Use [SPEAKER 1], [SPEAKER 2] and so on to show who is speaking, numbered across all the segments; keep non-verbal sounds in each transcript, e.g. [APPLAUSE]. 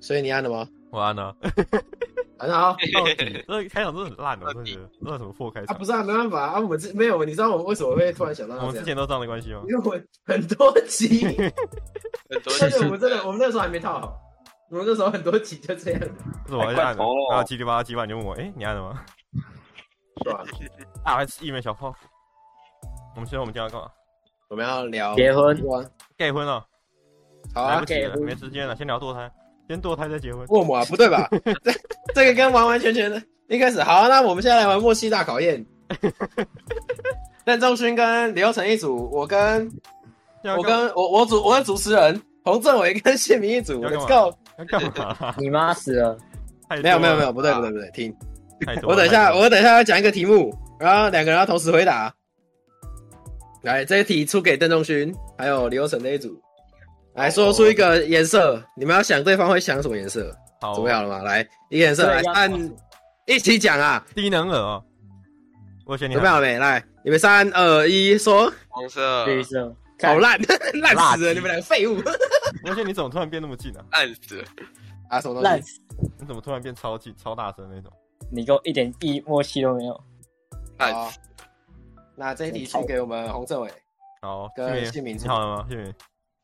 [SPEAKER 1] 所以你按了吗？
[SPEAKER 2] 我按了，
[SPEAKER 1] 很好，
[SPEAKER 2] 到
[SPEAKER 1] [LAUGHS]
[SPEAKER 2] 底那开场真的很烂哦的，我真的觉得那什么破开
[SPEAKER 1] 啊，
[SPEAKER 2] 场
[SPEAKER 1] 不，是啊，没办法啊，我们之没有，你知道我们为什么会突然想到
[SPEAKER 2] 我
[SPEAKER 1] 要
[SPEAKER 2] 们
[SPEAKER 1] 这样？
[SPEAKER 2] 之前都这样的关系吗？哦
[SPEAKER 1] 因为我很多
[SPEAKER 2] [LAUGHS]
[SPEAKER 1] 集，
[SPEAKER 3] 很多
[SPEAKER 1] 但是我们真的，我们那时候还没套好，我们那时候很多集就这样，
[SPEAKER 2] 为什么还是
[SPEAKER 3] 太
[SPEAKER 2] 按了
[SPEAKER 3] 罐头？
[SPEAKER 1] 哦
[SPEAKER 3] 了
[SPEAKER 2] 啊，七六八七八，你就问我，哎，你按了吗？
[SPEAKER 1] 对吧？
[SPEAKER 2] 啊，还是一枚小泡芙。我们现在我们今天要干嘛？
[SPEAKER 1] 我们要聊
[SPEAKER 4] 结婚，
[SPEAKER 1] 婚，
[SPEAKER 2] 盖婚了，
[SPEAKER 1] 好
[SPEAKER 2] 来
[SPEAKER 1] 啊
[SPEAKER 2] 不，及
[SPEAKER 4] 盖
[SPEAKER 2] 了，
[SPEAKER 4] 婚
[SPEAKER 2] 没时间了，先聊堕胎，先堕胎再结婚。
[SPEAKER 1] 默默啊，不对吧？ [LAUGHS] 这这个跟完完全全的一开始好啊，那我们现在来玩默契大考验。
[SPEAKER 2] [LAUGHS]
[SPEAKER 1] 任仲勋跟刘成一组，我跟
[SPEAKER 2] 要
[SPEAKER 1] 我
[SPEAKER 2] 干
[SPEAKER 1] 跟我我主我是主持人，洪政伟跟谢明一组。
[SPEAKER 2] 要干
[SPEAKER 1] Let's
[SPEAKER 2] 啊嘛
[SPEAKER 1] go！
[SPEAKER 2] 要干
[SPEAKER 1] [LAUGHS]
[SPEAKER 2] 嘛？
[SPEAKER 4] 你妈死了，
[SPEAKER 2] 太多了
[SPEAKER 1] 没有没有没有，，不
[SPEAKER 2] 啊
[SPEAKER 1] 对不对不对，听
[SPEAKER 2] 太多了
[SPEAKER 1] 我等一下
[SPEAKER 2] 太多了
[SPEAKER 1] 我等一下要讲一个题目，然后两个人要同时回答。来，这一题出给邓仲勋还有刘成这一组，来说出一个颜色，你们要想对方会想什么颜色，
[SPEAKER 2] 好
[SPEAKER 1] 准备好了吗？来，一个颜
[SPEAKER 2] 啊
[SPEAKER 1] 色来
[SPEAKER 4] 对要
[SPEAKER 1] 按一起讲啊。
[SPEAKER 2] 低能儿哦。我选你
[SPEAKER 1] 准备好没？来，你们三二一，说！
[SPEAKER 3] 黄色
[SPEAKER 4] 绿色，
[SPEAKER 2] 呃
[SPEAKER 4] 看
[SPEAKER 1] 好烂，烂死
[SPEAKER 2] 垃
[SPEAKER 1] 了！
[SPEAKER 2] 圾
[SPEAKER 1] 你们两个废物
[SPEAKER 2] 我选你怎么突然变那么近啊？
[SPEAKER 3] 暗紫，
[SPEAKER 1] 啊！什么东
[SPEAKER 4] 烂
[SPEAKER 1] 西？
[SPEAKER 4] 死，
[SPEAKER 2] 你怎么突然变超近、超大声那种？
[SPEAKER 4] 你给我一点一默契都没有。
[SPEAKER 2] 啊
[SPEAKER 3] 暗哦
[SPEAKER 1] 好，那这一题输给我们洪政伟。
[SPEAKER 2] 好，
[SPEAKER 1] 跟
[SPEAKER 2] 谢
[SPEAKER 1] 姓名
[SPEAKER 2] 你好了吗？谢明，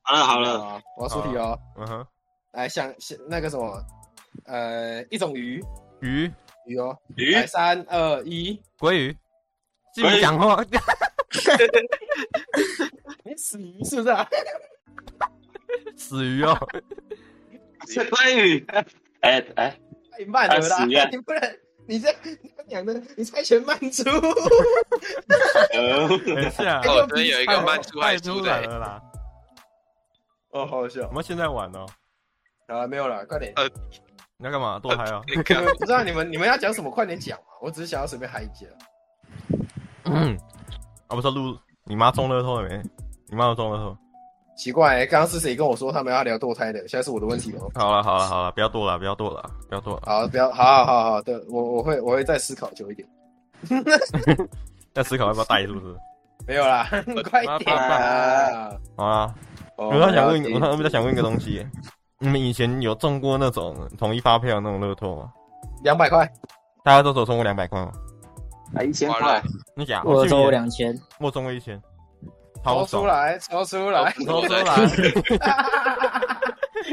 [SPEAKER 3] 好了好
[SPEAKER 1] 好
[SPEAKER 3] 了，
[SPEAKER 1] 了，我要出题哦。
[SPEAKER 2] 嗯哼，
[SPEAKER 1] 来，想想那个什么，呃，一种鱼，
[SPEAKER 2] 鱼，
[SPEAKER 1] 鱼哦。
[SPEAKER 3] 鱼
[SPEAKER 1] 来，三二一，
[SPEAKER 2] 鲑鱼，继
[SPEAKER 3] 鲑
[SPEAKER 2] 续
[SPEAKER 3] 鱼
[SPEAKER 2] 讲话。
[SPEAKER 1] 你死鱼是不是啊？ [LAUGHS]
[SPEAKER 2] 死鱼哦，
[SPEAKER 3] 鲑鱼，哎哎，
[SPEAKER 1] 太慢了啦
[SPEAKER 3] 啊死鱼啊！
[SPEAKER 1] 你不然你这讲的，你猜拳慢出，
[SPEAKER 3] 呃，
[SPEAKER 2] 等一下，
[SPEAKER 1] 哎
[SPEAKER 3] 哦，昨天有一个慢出
[SPEAKER 2] 太
[SPEAKER 3] 还
[SPEAKER 2] 突
[SPEAKER 3] 出
[SPEAKER 2] 然
[SPEAKER 3] 的，
[SPEAKER 2] 了啦！
[SPEAKER 1] [LAUGHS] 哦，好好笑
[SPEAKER 2] 我。们现在玩哦，
[SPEAKER 1] 好了，没有了，快点。
[SPEAKER 2] 你要干嘛？堕胎
[SPEAKER 3] [LAUGHS]
[SPEAKER 2] 啊？
[SPEAKER 3] 那
[SPEAKER 1] 我
[SPEAKER 2] [LAUGHS]
[SPEAKER 3] 个
[SPEAKER 1] 不知道你们你们要讲什么，快点讲嘛！我只是想要随便嗨一下。
[SPEAKER 2] 嗯，啊，不是录你妈中乐透了没？你妈有中乐透？
[SPEAKER 1] 奇怪、刚刚是谁跟我说他们要聊堕胎的？现在是我的问题哦。
[SPEAKER 2] 好了好了好了，不要堕了，不要堕了，不要堕了，
[SPEAKER 1] 好，不要，好好好好，对我我会我会再思考久一点。
[SPEAKER 2] 要思考要不要带是不是？
[SPEAKER 1] 没有啦， [LAUGHS] 快点啊！
[SPEAKER 2] 好啦，
[SPEAKER 1] 我
[SPEAKER 2] 我刚想问，我刚比较想问一个东西，你们以前有中过那种统一发票那种乐透吗？
[SPEAKER 1] 两百块，
[SPEAKER 2] 大家都有中过两百块吗？哎
[SPEAKER 5] 啊，一千
[SPEAKER 3] 完
[SPEAKER 5] 块
[SPEAKER 3] 了，，
[SPEAKER 2] 你假？
[SPEAKER 4] 我
[SPEAKER 2] 信
[SPEAKER 4] 中
[SPEAKER 2] 你
[SPEAKER 4] 过，两千，
[SPEAKER 2] 我中过一千，
[SPEAKER 1] 抽
[SPEAKER 2] 超
[SPEAKER 1] 出
[SPEAKER 2] 爽！
[SPEAKER 1] 来，抽出来，
[SPEAKER 2] 抽出
[SPEAKER 3] [LAUGHS]
[SPEAKER 2] 来，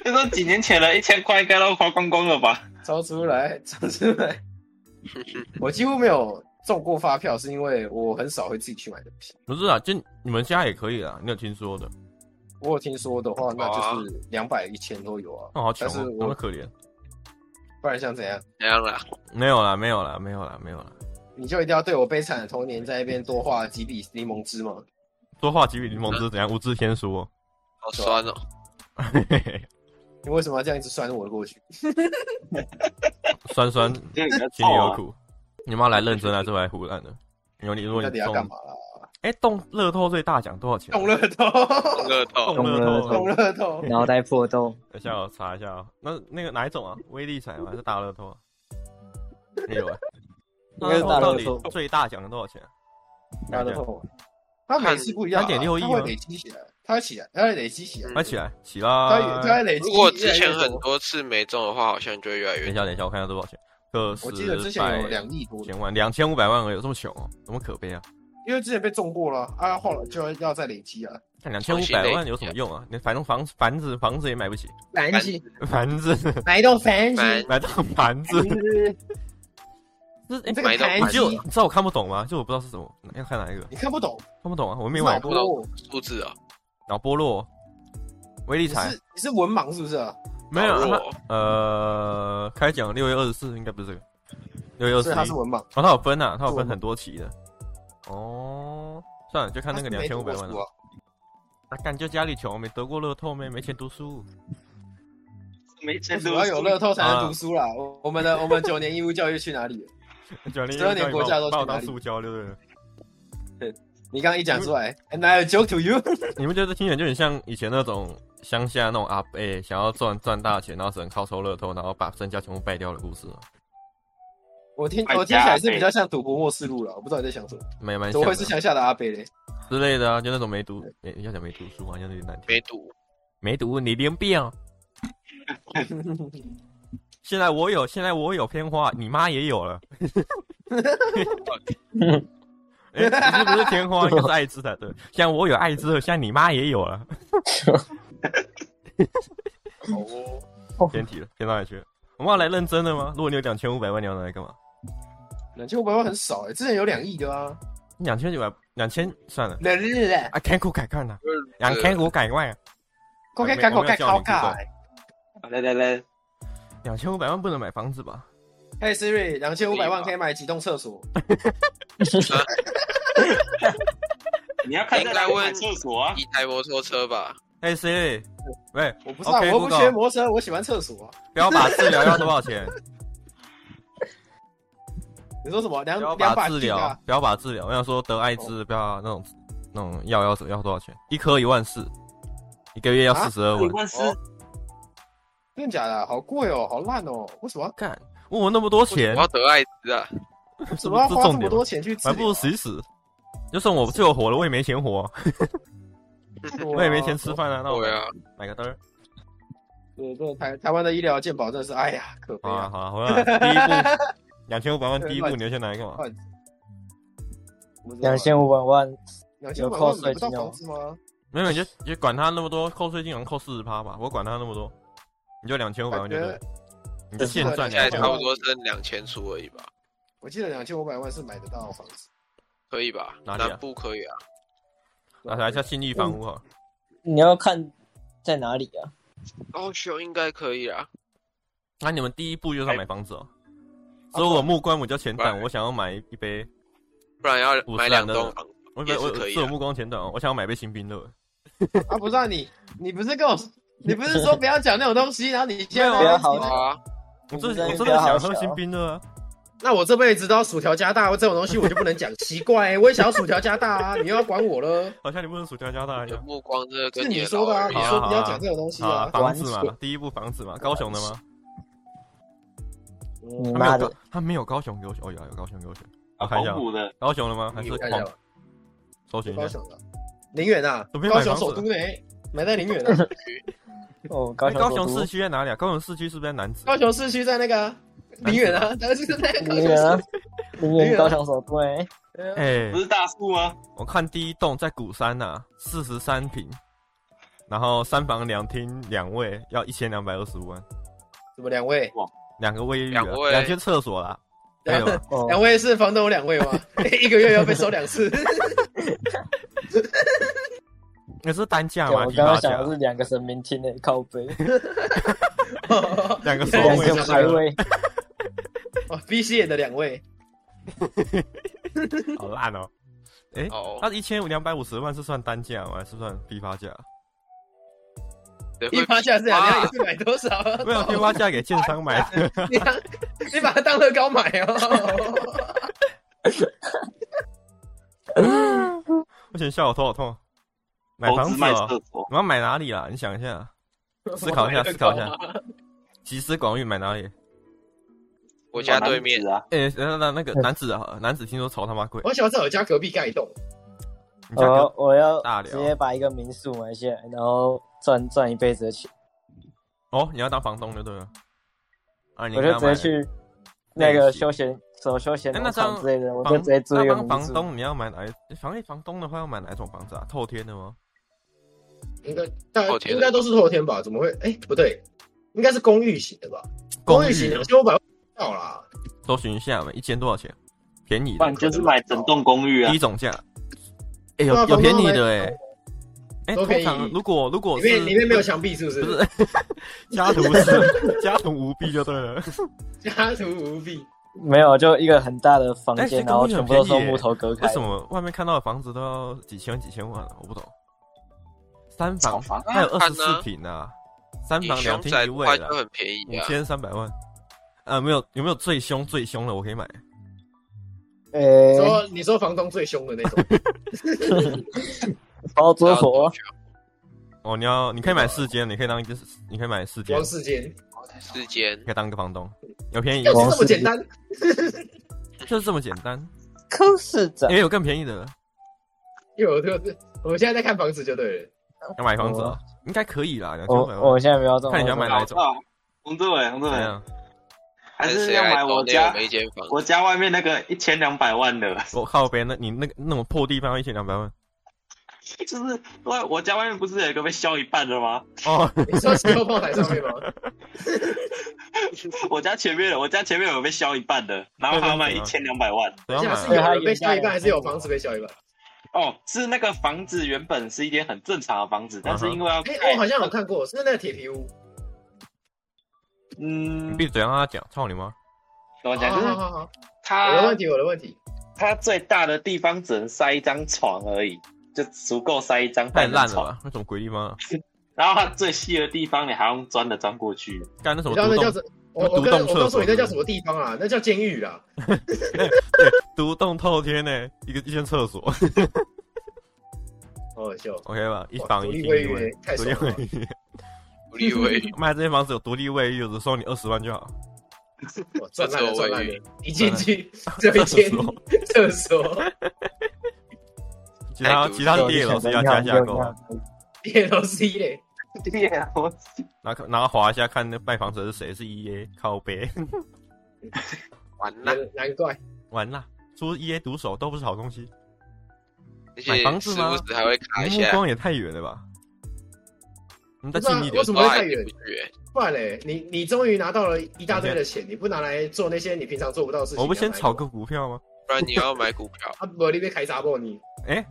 [SPEAKER 5] 那都几年前了，一千块应该都花光光了吧？
[SPEAKER 1] 抽出来，抽出来。我几乎没有中过发票，是因为我很少会自己去买东西。
[SPEAKER 2] 不是啊，就你们家也可以啦，你有听说的？
[SPEAKER 1] 我有听说的话，那就是两百、一千都有啊。
[SPEAKER 2] 哦，好穷、
[SPEAKER 1] 但
[SPEAKER 2] 啊
[SPEAKER 1] 是，我
[SPEAKER 2] 那么可怜。
[SPEAKER 1] 不然想怎样？
[SPEAKER 3] 怎样了？
[SPEAKER 2] 没有啦，没有啦，没有啦，没有啦。
[SPEAKER 1] 你就一定要对我悲惨的童年在那边多画几笔柠檬汁吗？
[SPEAKER 2] 多画几笔柠檬汁怎样？无字天书、哦。 [LAUGHS]
[SPEAKER 3] 好酸哦，
[SPEAKER 2] 嘿嘿嘿
[SPEAKER 1] 你为什么要这样一直酸我的过去？
[SPEAKER 2] 酸酸，
[SPEAKER 5] 这个比较
[SPEAKER 2] 心里
[SPEAKER 3] 哦
[SPEAKER 2] 有
[SPEAKER 5] 臭啊
[SPEAKER 2] 苦。你妈来认真还是来胡乱的？你说你如果
[SPEAKER 1] 哦到
[SPEAKER 2] 你
[SPEAKER 1] 底要
[SPEAKER 2] 中
[SPEAKER 1] 干，嘛啦？
[SPEAKER 2] 哎、中乐透最大奖多少钱？
[SPEAKER 1] 中乐透，
[SPEAKER 3] 乐透，
[SPEAKER 2] 中乐
[SPEAKER 4] 中
[SPEAKER 2] 透
[SPEAKER 1] 中。乐透，
[SPEAKER 4] 脑袋
[SPEAKER 2] [LAUGHS]
[SPEAKER 4] 破洞，
[SPEAKER 2] 等一下我查一下哦。那那个哪一种啊？威力彩吗还是大乐透啊？没有啊。
[SPEAKER 4] 应
[SPEAKER 2] 大
[SPEAKER 4] 该
[SPEAKER 2] 乐
[SPEAKER 4] 是大乐
[SPEAKER 2] 透
[SPEAKER 4] 透
[SPEAKER 2] 到底最大奖多少钱？啊
[SPEAKER 1] 大乐透。它每次不一样啊，
[SPEAKER 2] 3.6亿
[SPEAKER 1] 它
[SPEAKER 2] 吗嗯
[SPEAKER 1] 会累积起来，它会起来，它会累积起来，
[SPEAKER 2] 快起来，起
[SPEAKER 1] 它会它
[SPEAKER 2] 啦！
[SPEAKER 1] 会累积。
[SPEAKER 3] 如果之前很，多次没中的话，好像就会越来
[SPEAKER 2] 等
[SPEAKER 3] 越
[SPEAKER 2] 一下，等一下，我看一下多少钱。个十
[SPEAKER 1] 我记得之前有两亿多，
[SPEAKER 2] 千万，两千五百万而已，有这么穷哦、怎么可悲啊？
[SPEAKER 1] 因为之前被中过了啊，后来就要再累积啊。
[SPEAKER 2] 看两千五百万有什么用啊？你反正房房子房子也买不起，
[SPEAKER 1] 繁
[SPEAKER 3] 繁
[SPEAKER 1] 星，[LAUGHS]
[SPEAKER 2] 房子
[SPEAKER 1] 买一栋繁
[SPEAKER 3] 繁
[SPEAKER 2] 买到房子，这哎
[SPEAKER 1] 这
[SPEAKER 3] 买
[SPEAKER 1] 个
[SPEAKER 3] 一栋
[SPEAKER 1] 繁
[SPEAKER 2] 你
[SPEAKER 3] 繁
[SPEAKER 1] 星
[SPEAKER 2] 就，你知道我看不懂吗？就我不知道是什么，要看哪一个？
[SPEAKER 1] 你看不懂，
[SPEAKER 2] 看不懂啊，我没
[SPEAKER 1] 你
[SPEAKER 2] 买
[SPEAKER 1] 脑
[SPEAKER 2] 过。
[SPEAKER 3] 不
[SPEAKER 1] 波，
[SPEAKER 3] 数字啊，
[SPEAKER 2] 脑波弱，威力
[SPEAKER 1] 你
[SPEAKER 2] 彩
[SPEAKER 1] 是你是文盲是不是啊？
[SPEAKER 2] 没有
[SPEAKER 3] 好
[SPEAKER 2] 啊？
[SPEAKER 3] 弱，
[SPEAKER 2] 呃，开奖六月二十四应该不是这个，六月二十
[SPEAKER 1] 所以他是
[SPEAKER 2] 一。
[SPEAKER 1] 文盲，
[SPEAKER 2] 哦，它有分啊，它有
[SPEAKER 1] 是我
[SPEAKER 2] 分
[SPEAKER 1] 吗
[SPEAKER 2] 很多期的。哦，算了，就看那个
[SPEAKER 1] 他
[SPEAKER 2] 两
[SPEAKER 1] 是没
[SPEAKER 2] 千
[SPEAKER 1] 读
[SPEAKER 2] 五百
[SPEAKER 1] 过
[SPEAKER 2] 万
[SPEAKER 1] 书
[SPEAKER 2] 了。
[SPEAKER 1] 啊。
[SPEAKER 2] 啊，感觉家里穷，没得过乐透，没没钱读书。
[SPEAKER 5] 没钱
[SPEAKER 1] 主
[SPEAKER 5] 都
[SPEAKER 1] 要有乐透才能
[SPEAKER 2] 啊
[SPEAKER 1] 读书啦。我我们的我们九年义务教育去哪里了？嗯
[SPEAKER 2] 九零
[SPEAKER 1] 12年国家都去
[SPEAKER 2] 把我
[SPEAKER 1] 哪
[SPEAKER 2] 当
[SPEAKER 1] 里
[SPEAKER 2] 塑胶，对不对了？
[SPEAKER 1] 你刚刚一讲出来，And I joke to you， [LAUGHS]
[SPEAKER 2] 你们觉得听起来就很像以前那种乡下那种阿伯、想要赚赚大钱，然后只能靠抽乐透，然后把身家全部败掉的故事吗，
[SPEAKER 1] 我听
[SPEAKER 5] 败家
[SPEAKER 1] 我听起来是比较像赌博末世录了，我不知道你在想什么，
[SPEAKER 2] 蛮蛮
[SPEAKER 1] 怎
[SPEAKER 2] 像
[SPEAKER 1] 么
[SPEAKER 2] 的
[SPEAKER 1] 会是乡下的阿北嘞？
[SPEAKER 2] 之类的啊，啊就那种没读，没要讲没读书好像有点难听。
[SPEAKER 3] 没赌，
[SPEAKER 2] 没读，你连变啊，现在我有，现在我有片花，你妈也有
[SPEAKER 1] [LAUGHS]
[SPEAKER 2] 了。哎、不是不是天花，那个是艾滋的，对。现在我有艾滋了，现在你妈也有了。嗯
[SPEAKER 3] 好哦，
[SPEAKER 2] 偏题了，偏到哪里去了？我们要来认真的吗？如果你有两千五百万，你要拿来干嘛？
[SPEAKER 1] 两千五百万很少哎，之前有两亿的啊。
[SPEAKER 2] 两千九百，两千算了。
[SPEAKER 1] 对对对，
[SPEAKER 2] 啊，千五改看呐，两千五改啊万，
[SPEAKER 1] 公开港口盖高卡。
[SPEAKER 5] 来来来，
[SPEAKER 2] 两千五百万不能买房子吧？
[SPEAKER 1] 嘿 Siri，两千五百万可以买几栋厕所？
[SPEAKER 5] 你要看
[SPEAKER 3] 应
[SPEAKER 5] 在
[SPEAKER 3] 该
[SPEAKER 5] 哪里
[SPEAKER 3] 问
[SPEAKER 5] 买厕所啊？
[SPEAKER 3] 一台摩托车吧，
[SPEAKER 2] 哎、谁？喂，
[SPEAKER 1] 我不知道，我
[SPEAKER 2] OK，
[SPEAKER 1] 又不
[SPEAKER 2] Google
[SPEAKER 1] 缺摩托车，我喜欢厕所啊。
[SPEAKER 2] 标靶治疗要多少钱？
[SPEAKER 1] 你说什么？两
[SPEAKER 2] 标
[SPEAKER 1] 两把
[SPEAKER 2] 靶治
[SPEAKER 1] 劲
[SPEAKER 2] 疗
[SPEAKER 1] 啊？，
[SPEAKER 2] 标靶治疗。我想说得艾滋标靶那种那种药要要多少钱？一颗一万四，一个月要四十二万
[SPEAKER 5] 一。万四，
[SPEAKER 1] 真的假的？好贵哦，好烂哦！为什
[SPEAKER 2] [LAUGHS]
[SPEAKER 1] 么
[SPEAKER 2] 干、问我那么多钱
[SPEAKER 3] 我，要得艾滋啊！
[SPEAKER 1] 为什
[SPEAKER 2] 这
[SPEAKER 1] 么要
[SPEAKER 2] 不
[SPEAKER 1] 花这
[SPEAKER 2] 重
[SPEAKER 1] 么
[SPEAKER 2] 点
[SPEAKER 1] 多
[SPEAKER 2] 吗，
[SPEAKER 1] 钱去治
[SPEAKER 2] 还不如
[SPEAKER 1] 疗？
[SPEAKER 2] 死一死。就算我最后活了，我也没钱活，我也没钱吃饭啊。那我
[SPEAKER 3] 对啊，
[SPEAKER 2] 买个灯儿。
[SPEAKER 1] 对啊。这台台湾的医疗健保真的是，哎呀，可悲
[SPEAKER 2] 好啊，
[SPEAKER 1] 啊！
[SPEAKER 2] 好啊，回来。第一步，两千五百万，第一步你要先拿来干嘛？
[SPEAKER 1] 我不知道啊
[SPEAKER 4] 两千五百万，
[SPEAKER 1] 两千五百
[SPEAKER 4] 有扣
[SPEAKER 1] 万
[SPEAKER 4] 税
[SPEAKER 1] 买不到
[SPEAKER 4] 金哦
[SPEAKER 1] 房子吗？
[SPEAKER 2] 没有，你就你就管他那么多，扣税金好像扣四十趴吧，我管他那么多，你就两千五百万就对
[SPEAKER 1] 哎
[SPEAKER 2] 了，你就现赚
[SPEAKER 1] 对
[SPEAKER 3] 现在
[SPEAKER 2] 两
[SPEAKER 3] 差
[SPEAKER 2] 千
[SPEAKER 3] 不多剩两千出而已吧，
[SPEAKER 1] 我记得两千五百万是买得到房子，
[SPEAKER 3] 可以吧？
[SPEAKER 2] 哪里啊
[SPEAKER 3] 南部可以啊，
[SPEAKER 2] 那还叫信义房屋好了，
[SPEAKER 4] 你要看在哪里啊？
[SPEAKER 3] 高雄应该可以啊。
[SPEAKER 2] 那啊你们第一步就是要买房子哦。所以我目光我叫前短，我想要买一杯，
[SPEAKER 3] 不然要
[SPEAKER 2] 五十
[SPEAKER 3] 买
[SPEAKER 2] 两
[SPEAKER 3] 两
[SPEAKER 2] 的
[SPEAKER 3] 栋房子，
[SPEAKER 2] 我
[SPEAKER 3] 也是
[SPEAKER 2] 我
[SPEAKER 3] 可以啊
[SPEAKER 2] 是我目光前短哦，我想要买杯新冰乐。
[SPEAKER 1] 啊，不是啊你，你不是跟我，你不是说不要讲那种东西，然后你现在
[SPEAKER 4] 没
[SPEAKER 1] 在那边
[SPEAKER 4] 有不要
[SPEAKER 1] 提
[SPEAKER 4] 好
[SPEAKER 3] 好啊，
[SPEAKER 2] 我
[SPEAKER 4] 我
[SPEAKER 2] 真
[SPEAKER 4] 们
[SPEAKER 2] 的我
[SPEAKER 4] 在那
[SPEAKER 2] 真
[SPEAKER 4] 边
[SPEAKER 2] 的
[SPEAKER 4] 好
[SPEAKER 2] 想
[SPEAKER 4] 小
[SPEAKER 2] 喝新冰乐啊！
[SPEAKER 1] 那我这辈子知道薯条加大这种东西，我就不能讲奇怪、欸， [LAUGHS] 我也想要薯条加大啊，你又要管我了？
[SPEAKER 2] 好像你不能薯条加大一
[SPEAKER 3] 你的
[SPEAKER 2] 样。
[SPEAKER 3] 目光这
[SPEAKER 1] 是
[SPEAKER 3] 跟
[SPEAKER 1] 你
[SPEAKER 3] 的
[SPEAKER 1] 说的啊，
[SPEAKER 3] 老
[SPEAKER 1] 你
[SPEAKER 2] 啊
[SPEAKER 3] 人一样
[SPEAKER 1] 说不要讲这种东西
[SPEAKER 2] 好啊，
[SPEAKER 1] 啊。
[SPEAKER 2] 房子嘛
[SPEAKER 4] 完，
[SPEAKER 2] 第一步房子嘛，高雄的吗？
[SPEAKER 4] 你
[SPEAKER 2] 他没
[SPEAKER 4] 妈
[SPEAKER 2] 有
[SPEAKER 4] 的
[SPEAKER 2] 高，，他没有高雄优选，哦有啊有高雄优选，我看一下
[SPEAKER 5] 红
[SPEAKER 2] 啊
[SPEAKER 5] 谷的，
[SPEAKER 2] 高雄的吗？还是
[SPEAKER 1] 我看一下
[SPEAKER 2] 广
[SPEAKER 1] 吧，
[SPEAKER 2] 搜寻一
[SPEAKER 1] 高
[SPEAKER 2] 下？
[SPEAKER 1] 雄的，宁远啊，
[SPEAKER 2] 怎么又
[SPEAKER 1] 高
[SPEAKER 2] 买
[SPEAKER 1] 雄
[SPEAKER 2] 房子
[SPEAKER 1] 首都呢，买在宁远啊。
[SPEAKER 2] [LAUGHS]
[SPEAKER 4] 哦，高
[SPEAKER 2] 哎，
[SPEAKER 4] 雄
[SPEAKER 2] 高
[SPEAKER 4] 首
[SPEAKER 2] 雄
[SPEAKER 4] 都
[SPEAKER 2] 市区在哪里啊？高雄市区是不是在南子？
[SPEAKER 1] 高雄市区在那个啊宁远
[SPEAKER 2] [LAUGHS]
[SPEAKER 1] 啊，但是在高
[SPEAKER 4] 林
[SPEAKER 1] 雄
[SPEAKER 4] 园啊
[SPEAKER 1] 市。，
[SPEAKER 4] 林
[SPEAKER 1] 林园
[SPEAKER 4] 园
[SPEAKER 1] 啊
[SPEAKER 4] 高雄首都哎、
[SPEAKER 1] 对啊
[SPEAKER 2] 哎
[SPEAKER 5] 不，是大树吗？
[SPEAKER 2] 我看第一栋在鼓山呐、啊，四十三平，然后三房两厅两卫，要一千两百二十五万，
[SPEAKER 1] 怎么两位？
[SPEAKER 2] 两个卫浴、啊
[SPEAKER 3] 两，位
[SPEAKER 2] 两间厕所啦，还有啊
[SPEAKER 1] 两
[SPEAKER 4] 哦，
[SPEAKER 1] 位是房东有两位吗？
[SPEAKER 2] [LAUGHS]
[SPEAKER 1] 一个月要被收两次。
[SPEAKER 2] 那是单价
[SPEAKER 4] 对啊
[SPEAKER 2] 嘛，
[SPEAKER 4] 我
[SPEAKER 2] 批
[SPEAKER 4] 刚
[SPEAKER 2] 发
[SPEAKER 4] 刚
[SPEAKER 2] 价
[SPEAKER 4] 想，的是两个神明厅的欸靠
[SPEAKER 2] [LAUGHS]
[SPEAKER 4] 背，
[SPEAKER 2] 两个手
[SPEAKER 4] 两
[SPEAKER 2] 位
[SPEAKER 4] 个
[SPEAKER 2] 是
[SPEAKER 4] 排 [LAUGHS]
[SPEAKER 2] [LAUGHS]
[SPEAKER 4] 位，
[SPEAKER 1] 哦，B C 眼的两位，
[SPEAKER 4] 啊
[SPEAKER 2] 好烂哦。哎、
[SPEAKER 3] 哦，
[SPEAKER 2] 那一千两百五十万是算单价吗？还是算批发价？
[SPEAKER 3] 对
[SPEAKER 1] 一
[SPEAKER 3] 会
[SPEAKER 1] 趴下是两
[SPEAKER 3] 哇
[SPEAKER 1] 辆，一次买多少啊？
[SPEAKER 2] 没有批发价给建商买的， [LAUGHS]
[SPEAKER 1] 你当你把它当乐高买
[SPEAKER 2] [LAUGHS]
[SPEAKER 1] 哦。
[SPEAKER 2] 我先笑我头好痛。买
[SPEAKER 5] 投
[SPEAKER 2] 房
[SPEAKER 5] 资
[SPEAKER 2] 子
[SPEAKER 5] 卖
[SPEAKER 2] 哦，
[SPEAKER 5] 厕所，
[SPEAKER 2] 你要买哪里啊啦？你想一下，思考一下，思考一下，集思广益买哪里？
[SPEAKER 3] 我家对面
[SPEAKER 5] 啊，
[SPEAKER 2] 哎、那那那个
[SPEAKER 4] 嗯
[SPEAKER 2] 男子啊，男子听说炒他妈
[SPEAKER 4] 哦
[SPEAKER 2] 贵，
[SPEAKER 1] 我想要在我家隔壁盖一栋，
[SPEAKER 2] 你价格
[SPEAKER 4] 我哦我要
[SPEAKER 2] 大
[SPEAKER 4] 直
[SPEAKER 2] 寮
[SPEAKER 4] 接把一个民宿买下来，然后赚赚一辈子的钱，
[SPEAKER 2] 哦，你要当房东就对了。啊，你
[SPEAKER 4] 我就直接去那个休闲什么休闲
[SPEAKER 2] 哎
[SPEAKER 4] 农
[SPEAKER 2] 那这样
[SPEAKER 4] 场之类的，我
[SPEAKER 2] 房
[SPEAKER 4] 就直接租一个
[SPEAKER 2] 那帮
[SPEAKER 4] 民
[SPEAKER 2] 房
[SPEAKER 4] 宿。
[SPEAKER 2] 东你要买哪一？房诶房东的话要买哪一种房子啊？透天的吗？
[SPEAKER 1] 应该大
[SPEAKER 3] 后天的
[SPEAKER 1] 应该都是后天吧？怎么会？哎，不对，应该是公寓型的吧？
[SPEAKER 2] 公
[SPEAKER 1] 寓型
[SPEAKER 2] 寓
[SPEAKER 1] 两千五百万到啦。
[SPEAKER 2] 搜寻一下嘛，一间多少钱？便宜
[SPEAKER 5] 不
[SPEAKER 2] 的
[SPEAKER 5] 然就是买整栋公寓啊
[SPEAKER 2] 低。总价。哎、
[SPEAKER 1] 对啊
[SPEAKER 2] 有有
[SPEAKER 1] 房东
[SPEAKER 2] 便宜
[SPEAKER 1] 买
[SPEAKER 2] 的哎、哎、
[SPEAKER 1] 都便
[SPEAKER 2] 通
[SPEAKER 1] 宜
[SPEAKER 2] 常如果如果
[SPEAKER 1] 里
[SPEAKER 2] 是
[SPEAKER 1] 面里面没有墙壁是不是？
[SPEAKER 2] 不是家徒四 [LAUGHS] 家徒无壁就对了。
[SPEAKER 1] 家徒无壁，
[SPEAKER 4] 没有，就一个很大的房
[SPEAKER 2] 哎这
[SPEAKER 4] 间，
[SPEAKER 2] 个
[SPEAKER 4] 然后
[SPEAKER 2] 公寓
[SPEAKER 4] 全
[SPEAKER 2] 很
[SPEAKER 4] 部都
[SPEAKER 2] 便宜
[SPEAKER 4] 是用
[SPEAKER 2] 耶
[SPEAKER 4] 木头隔开。
[SPEAKER 2] 为什？么外面看到的房子都要几千几千万啊？我不懂。三
[SPEAKER 5] 炒
[SPEAKER 2] 房
[SPEAKER 5] 房
[SPEAKER 2] 还
[SPEAKER 5] 啊，
[SPEAKER 2] 有二
[SPEAKER 3] 看
[SPEAKER 2] 十
[SPEAKER 3] 啊
[SPEAKER 2] 四平啊，三
[SPEAKER 3] 你
[SPEAKER 2] 房两
[SPEAKER 3] 凶
[SPEAKER 2] 厅
[SPEAKER 3] 宅
[SPEAKER 2] 一
[SPEAKER 3] 的
[SPEAKER 2] 卫
[SPEAKER 3] 话
[SPEAKER 2] 啦
[SPEAKER 3] 就。很便
[SPEAKER 2] 五
[SPEAKER 3] 宜啊，
[SPEAKER 2] 千三百万，啊，没有，有没有最凶最凶的我可以买？
[SPEAKER 4] 呃、
[SPEAKER 1] 说你说房东最凶的那
[SPEAKER 4] [LAUGHS]
[SPEAKER 1] 种，
[SPEAKER 4] 包租婆，
[SPEAKER 2] 哦，你要你可以
[SPEAKER 1] 啊
[SPEAKER 2] 买四间，你可以当一个，你可以买四间，
[SPEAKER 1] 王
[SPEAKER 2] 你
[SPEAKER 1] 世坚，
[SPEAKER 3] 之间
[SPEAKER 2] 可以当一个房东，有便宜
[SPEAKER 1] 就
[SPEAKER 4] 王
[SPEAKER 1] 是这么
[SPEAKER 4] 世坚
[SPEAKER 1] 简单。
[SPEAKER 2] 就是这么简单，
[SPEAKER 4] 柯市长
[SPEAKER 2] 也有更便宜的了。
[SPEAKER 1] 因为我就是我们现在在看房子就对了，
[SPEAKER 2] 要买房子哦，应该可以啦，两千
[SPEAKER 4] 我
[SPEAKER 2] 五百
[SPEAKER 4] 我
[SPEAKER 1] 哦
[SPEAKER 2] 万。啊
[SPEAKER 4] 现在不要中，
[SPEAKER 2] 看你想买哎哪一
[SPEAKER 5] 搞
[SPEAKER 2] 种
[SPEAKER 5] 不好欸洪志伟，洪志
[SPEAKER 2] 怎
[SPEAKER 5] 伟，
[SPEAKER 2] 样？
[SPEAKER 5] 还
[SPEAKER 3] 看
[SPEAKER 5] 是
[SPEAKER 3] 谁
[SPEAKER 5] 要
[SPEAKER 3] 来
[SPEAKER 5] 买我
[SPEAKER 3] 投那
[SPEAKER 5] 家
[SPEAKER 3] 我们一间房
[SPEAKER 5] 我家外面那个一千两百万的， [LAUGHS]
[SPEAKER 2] 我靠别那你那个那种破地方一千两百万
[SPEAKER 5] 就是我我家外面不是有一个被削一半的吗？
[SPEAKER 1] [LAUGHS]
[SPEAKER 2] 哦，
[SPEAKER 1] 你说石油炮台上面
[SPEAKER 2] [LAUGHS]
[SPEAKER 1] 吗？
[SPEAKER 5] 我家前面，我家前面有被削一半的，然后他要卖一千两百万。
[SPEAKER 2] 怎样
[SPEAKER 1] 现在
[SPEAKER 2] 买啊
[SPEAKER 1] 是有人被削一半，还是有房子被削一半？
[SPEAKER 5] 哦，是那个房子原本是一间很正常的房子，但
[SPEAKER 2] 嗯
[SPEAKER 5] 是因为要
[SPEAKER 1] 哎、
[SPEAKER 5] 盖
[SPEAKER 1] 我好像有看过，是那个铁皮屋。
[SPEAKER 5] 嗯
[SPEAKER 2] 你，闭嘴让他讲，操你妈！
[SPEAKER 5] 怎么讲？
[SPEAKER 1] 好
[SPEAKER 5] 就
[SPEAKER 1] 好
[SPEAKER 5] 是
[SPEAKER 1] 好好，我的
[SPEAKER 5] 它
[SPEAKER 1] 哦问题，我的问题。
[SPEAKER 5] 它最大的地方只能塞一张床而已，就足够塞一张
[SPEAKER 2] 太
[SPEAKER 5] 单人
[SPEAKER 2] 烂了
[SPEAKER 5] 床。
[SPEAKER 2] 吧？那什么鬼地方啊？
[SPEAKER 5] 然后它最细的地方，你还用钻的钻
[SPEAKER 1] [LAUGHS]
[SPEAKER 5] 过去。
[SPEAKER 2] 干那什
[SPEAKER 1] 你
[SPEAKER 2] 么
[SPEAKER 1] 知道那
[SPEAKER 2] 独
[SPEAKER 1] 叫
[SPEAKER 2] 栋
[SPEAKER 1] 什？我我跟我告诉你那叫什么地方啊？那叫监狱啦。
[SPEAKER 2] 独栋透天呢、一个一间厕所 [LAUGHS]
[SPEAKER 1] 好好哦笑。
[SPEAKER 2] ，OK 吧？一
[SPEAKER 1] 哇
[SPEAKER 2] 房
[SPEAKER 1] 独立
[SPEAKER 2] 一厅
[SPEAKER 1] 卫
[SPEAKER 2] 一
[SPEAKER 1] 浴
[SPEAKER 2] 卫，
[SPEAKER 1] 太
[SPEAKER 2] 独立
[SPEAKER 1] 爽
[SPEAKER 2] 卫
[SPEAKER 1] 了
[SPEAKER 2] 浴。
[SPEAKER 3] 独立卫
[SPEAKER 1] [LAUGHS]
[SPEAKER 3] 浴，
[SPEAKER 2] 卖这间房子有独立卫浴，只收你二十万就好。
[SPEAKER 1] 我赚哦烂了，赚烂了！一进去就一
[SPEAKER 2] [LAUGHS] 厕
[SPEAKER 1] 间 [LAUGHS]
[SPEAKER 2] 所，
[SPEAKER 4] [LAUGHS]
[SPEAKER 1] 厕所，
[SPEAKER 2] 其他其他
[SPEAKER 4] 我
[SPEAKER 2] 地
[SPEAKER 4] 哎就
[SPEAKER 2] 楼是
[SPEAKER 4] 想
[SPEAKER 2] 要
[SPEAKER 4] 尿
[SPEAKER 2] 加价
[SPEAKER 4] 尿
[SPEAKER 2] 购，
[SPEAKER 4] 尿
[SPEAKER 1] 变 L C 嘞。
[SPEAKER 5] 对呀，我
[SPEAKER 2] 然后然后划一下看那卖房子的是谁是 EA 靠背，
[SPEAKER 3] 完了
[SPEAKER 1] 难。难怪
[SPEAKER 2] [LAUGHS] 完啦，出 EA 毒手都不是 E 好东西，
[SPEAKER 3] 而
[SPEAKER 2] 买
[SPEAKER 3] 且
[SPEAKER 2] 房子
[SPEAKER 3] 时
[SPEAKER 2] 吗
[SPEAKER 3] 不时还会卡一
[SPEAKER 2] 你目
[SPEAKER 3] 下，
[SPEAKER 2] 光也太远了吧？你再
[SPEAKER 1] 不是啊
[SPEAKER 2] 近一点
[SPEAKER 1] 为什，么会
[SPEAKER 3] 都还
[SPEAKER 1] 太远
[SPEAKER 3] 进不去欸
[SPEAKER 1] 不然嘞，你你终于拿到了一大堆的钱，你不拿来做那些你平常做不到的事情，
[SPEAKER 2] 我不先
[SPEAKER 1] 你要拿来，
[SPEAKER 2] 炒个股票
[SPEAKER 4] [LAUGHS]
[SPEAKER 2] 吗？
[SPEAKER 3] 不然你要买股票
[SPEAKER 1] 啊？不，你被开闸不？
[SPEAKER 2] [LAUGHS]
[SPEAKER 1] 你
[SPEAKER 2] 哎、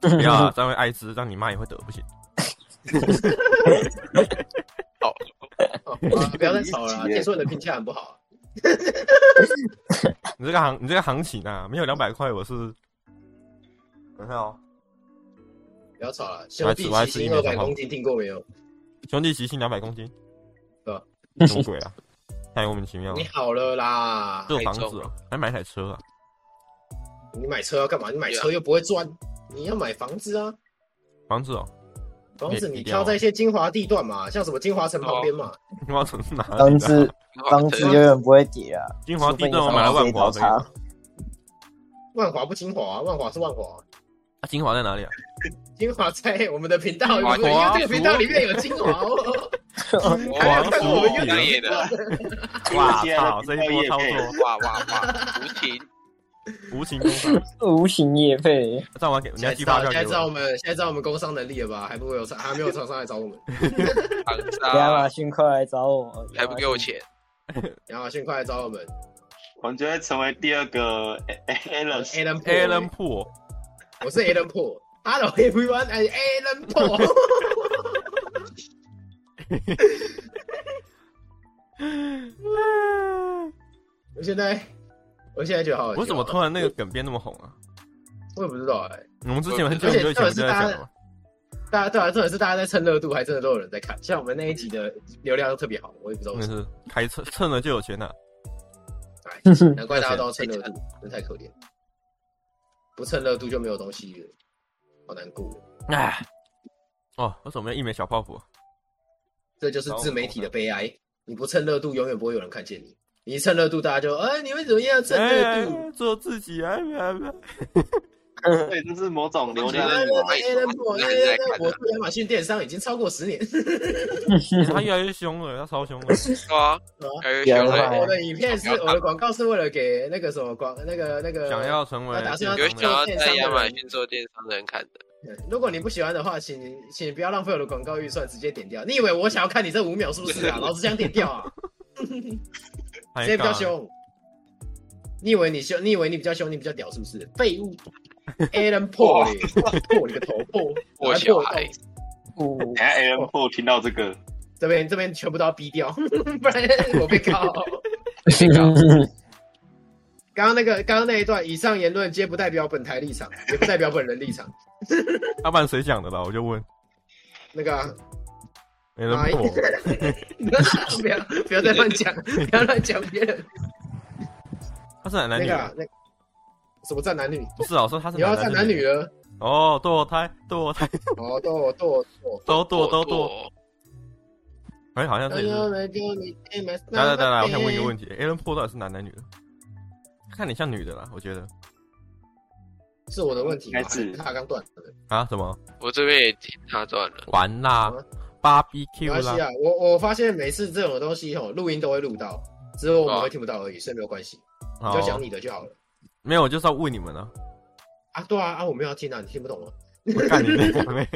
[SPEAKER 2] 不要啊，这样会艾滋，让你妈也会得，不行。
[SPEAKER 1] 哦，啊不要再吵了啊，
[SPEAKER 5] 理解
[SPEAKER 1] 解说你的评价很不好啊。
[SPEAKER 2] 你这个行，你这个行情啊，没有两百块我是，等一下哦，
[SPEAKER 1] 不要吵了，兄弟
[SPEAKER 2] 我还
[SPEAKER 1] 齐
[SPEAKER 2] 吃
[SPEAKER 1] 心
[SPEAKER 2] 我还吃一枚
[SPEAKER 1] 二百
[SPEAKER 2] 中华
[SPEAKER 1] 公斤，听过没有？
[SPEAKER 2] 兄弟齐心两百公斤，
[SPEAKER 1] 对吧
[SPEAKER 2] 什么鬼啊？ [LAUGHS] 太莫名其妙了
[SPEAKER 1] 你。好了啦
[SPEAKER 2] 这，有房子
[SPEAKER 3] 太重
[SPEAKER 2] 哦，还买台车啊？
[SPEAKER 1] 你买车要干嘛？你买车又不会赚，你要买房子啊。
[SPEAKER 2] 房子哦， [LAUGHS]
[SPEAKER 1] 房子
[SPEAKER 2] 也
[SPEAKER 1] 你
[SPEAKER 2] 一定要
[SPEAKER 1] 挑
[SPEAKER 2] 哦
[SPEAKER 1] 在一些精华地段嘛，像什么金华城旁边嘛，
[SPEAKER 2] 金华城是哪里的啊？
[SPEAKER 4] 房子
[SPEAKER 3] 很好
[SPEAKER 4] 房子
[SPEAKER 3] 吃
[SPEAKER 4] 永远不会跌啊，
[SPEAKER 2] 金华地段我
[SPEAKER 4] 除非你
[SPEAKER 2] 买了
[SPEAKER 4] 房
[SPEAKER 2] 万
[SPEAKER 4] 子
[SPEAKER 2] 华
[SPEAKER 4] 找
[SPEAKER 2] 的
[SPEAKER 4] 茬
[SPEAKER 2] 啊，
[SPEAKER 1] 万华不精华、啊，万华是万华啊、
[SPEAKER 2] 金华在哪里啊？
[SPEAKER 1] 精华在我们的频道，因
[SPEAKER 3] 哇
[SPEAKER 1] 为
[SPEAKER 2] 啊
[SPEAKER 1] 这个频道里
[SPEAKER 2] [LAUGHS]
[SPEAKER 1] 面有精华哦。还
[SPEAKER 2] 黄
[SPEAKER 1] 有看我们
[SPEAKER 2] 鼠
[SPEAKER 1] 又
[SPEAKER 3] 专
[SPEAKER 2] 饼，
[SPEAKER 3] 业的，
[SPEAKER 2] 哇
[SPEAKER 5] 接
[SPEAKER 2] 操，这一波操作
[SPEAKER 3] 哇哇哇，无情，
[SPEAKER 2] 无情工伤，
[SPEAKER 4] 无形业配，
[SPEAKER 2] 这样我要给你
[SPEAKER 1] 现
[SPEAKER 2] 要
[SPEAKER 1] 在
[SPEAKER 2] 寄
[SPEAKER 1] 知
[SPEAKER 2] 发
[SPEAKER 1] 道，
[SPEAKER 2] 票
[SPEAKER 1] 现在
[SPEAKER 2] 给
[SPEAKER 1] 知道我
[SPEAKER 2] 我。
[SPEAKER 1] 们现在知道我们工商能力了吧？还不会有厂，还没有厂商来找我们。
[SPEAKER 3] 长
[SPEAKER 4] 亚马
[SPEAKER 3] 沙
[SPEAKER 4] 逊快来找我，
[SPEAKER 3] 还不给我钱，
[SPEAKER 1] 亚马逊快来找我
[SPEAKER 2] [LAUGHS]
[SPEAKER 1] 们。
[SPEAKER 5] 我觉得成为第二个 A L
[SPEAKER 1] Alan p o
[SPEAKER 2] Alan 破，
[SPEAKER 1] 我是 Alan p o Hello everyone, I'm Alan p o [LAUGHS] 我现在，我现在觉得好好笑。啊
[SPEAKER 2] 为什么突然那个梗变那么红啊？
[SPEAKER 1] 我也不知道哎、
[SPEAKER 2] 我们之前很久很久以前不就在讲了吗？
[SPEAKER 1] 大家对啊，重点是大家在蹭热度，还真的都有人在看。像我们那一集的流量都特别好，我也不知道为
[SPEAKER 2] 那
[SPEAKER 1] 什么，
[SPEAKER 2] 是开蹭蹭了就有钱了。
[SPEAKER 1] 哎，
[SPEAKER 4] 哼
[SPEAKER 1] 难怪大家都要蹭热度，真太可怜。不蹭热度就没有东西了，好难过。
[SPEAKER 2] 哎，哦，我准备一枚小泡芙。
[SPEAKER 1] 这就是自媒体的悲哀。你不蹭热度，永远不会有人看见你。你一蹭热度，大家就哎，你们怎么样蹭热
[SPEAKER 2] 哎
[SPEAKER 1] 度？，
[SPEAKER 2] 做自己啊！
[SPEAKER 5] 对，这是某种流
[SPEAKER 1] 我觉
[SPEAKER 5] 量
[SPEAKER 1] 得
[SPEAKER 5] 密码。
[SPEAKER 1] Alan 哎我做亚马逊电商已经超过十年。
[SPEAKER 2] 他越来越凶了，他超凶了。
[SPEAKER 3] 对啊，还有
[SPEAKER 4] 有
[SPEAKER 3] 熊
[SPEAKER 4] 啊
[SPEAKER 3] 人，
[SPEAKER 1] 我的影片是我的广告是为了给那个什么广那个那个
[SPEAKER 2] 想要成为健康
[SPEAKER 3] 有
[SPEAKER 2] 的
[SPEAKER 3] 想要在亚马逊做电商的人看的，
[SPEAKER 1] 如果你不喜欢的话，请请不要浪费我的广告预算，直接点掉。你以为我想要看你这五秒是不是啊？老子想点掉啊！谁比较凶？你以为你凶？你以为你比较凶？你比较屌是不是？废
[SPEAKER 2] [LAUGHS]
[SPEAKER 1] 物！Alan 破嘞，破你个头破！
[SPEAKER 3] 破小孩，
[SPEAKER 4] 不
[SPEAKER 5] 等下 A L 破听到这个，
[SPEAKER 1] 这边这边全部都要逼掉， [LAUGHS] 不然我被告。刚刚那个刚刚那一段，以上言论皆不代表本台立场，也不代表本人立场。
[SPEAKER 2] 要不然谁讲的啦？我就问，
[SPEAKER 1] 那个、啊，
[SPEAKER 2] 没人破。
[SPEAKER 1] [LAUGHS] 不要不要再乱讲，不要乱讲别人。
[SPEAKER 2] 他是男
[SPEAKER 1] 那
[SPEAKER 2] 女
[SPEAKER 1] 个、，啊、那什么站男女？
[SPEAKER 2] 不是老师，他是
[SPEAKER 1] 你要站男女了？
[SPEAKER 2] 哦，堕胎，堕胎，
[SPEAKER 1] 哦，剁剁剁！
[SPEAKER 2] 都堕都堕。
[SPEAKER 3] 多，
[SPEAKER 2] 哎，好像这也是。来
[SPEAKER 1] 来
[SPEAKER 2] 来来来，我想问一个问题：A 人破到底是男男女的？看你像女的啦，我觉得。
[SPEAKER 1] 是我的问题吗？
[SPEAKER 5] 应该是
[SPEAKER 1] 还他刚断的，
[SPEAKER 2] 啊？什么
[SPEAKER 3] 我这边也听他断了，
[SPEAKER 2] 玩
[SPEAKER 1] 什
[SPEAKER 2] 啦
[SPEAKER 1] 么没
[SPEAKER 2] ，BBQ
[SPEAKER 1] 关系
[SPEAKER 2] 啦，
[SPEAKER 1] 啊。我我发现每次这种东西吼，录音都会录到，只有我们
[SPEAKER 3] 哦
[SPEAKER 1] 会听不到而已，所以没有关系，你
[SPEAKER 2] 哦
[SPEAKER 1] 就讲你的就好了。
[SPEAKER 2] 没有，我就是要问你们啊，
[SPEAKER 1] 啊，对啊，啊，我没有要听啊，你听不懂吗？
[SPEAKER 2] 我干你妹
[SPEAKER 1] [LAUGHS]
[SPEAKER 2] 妹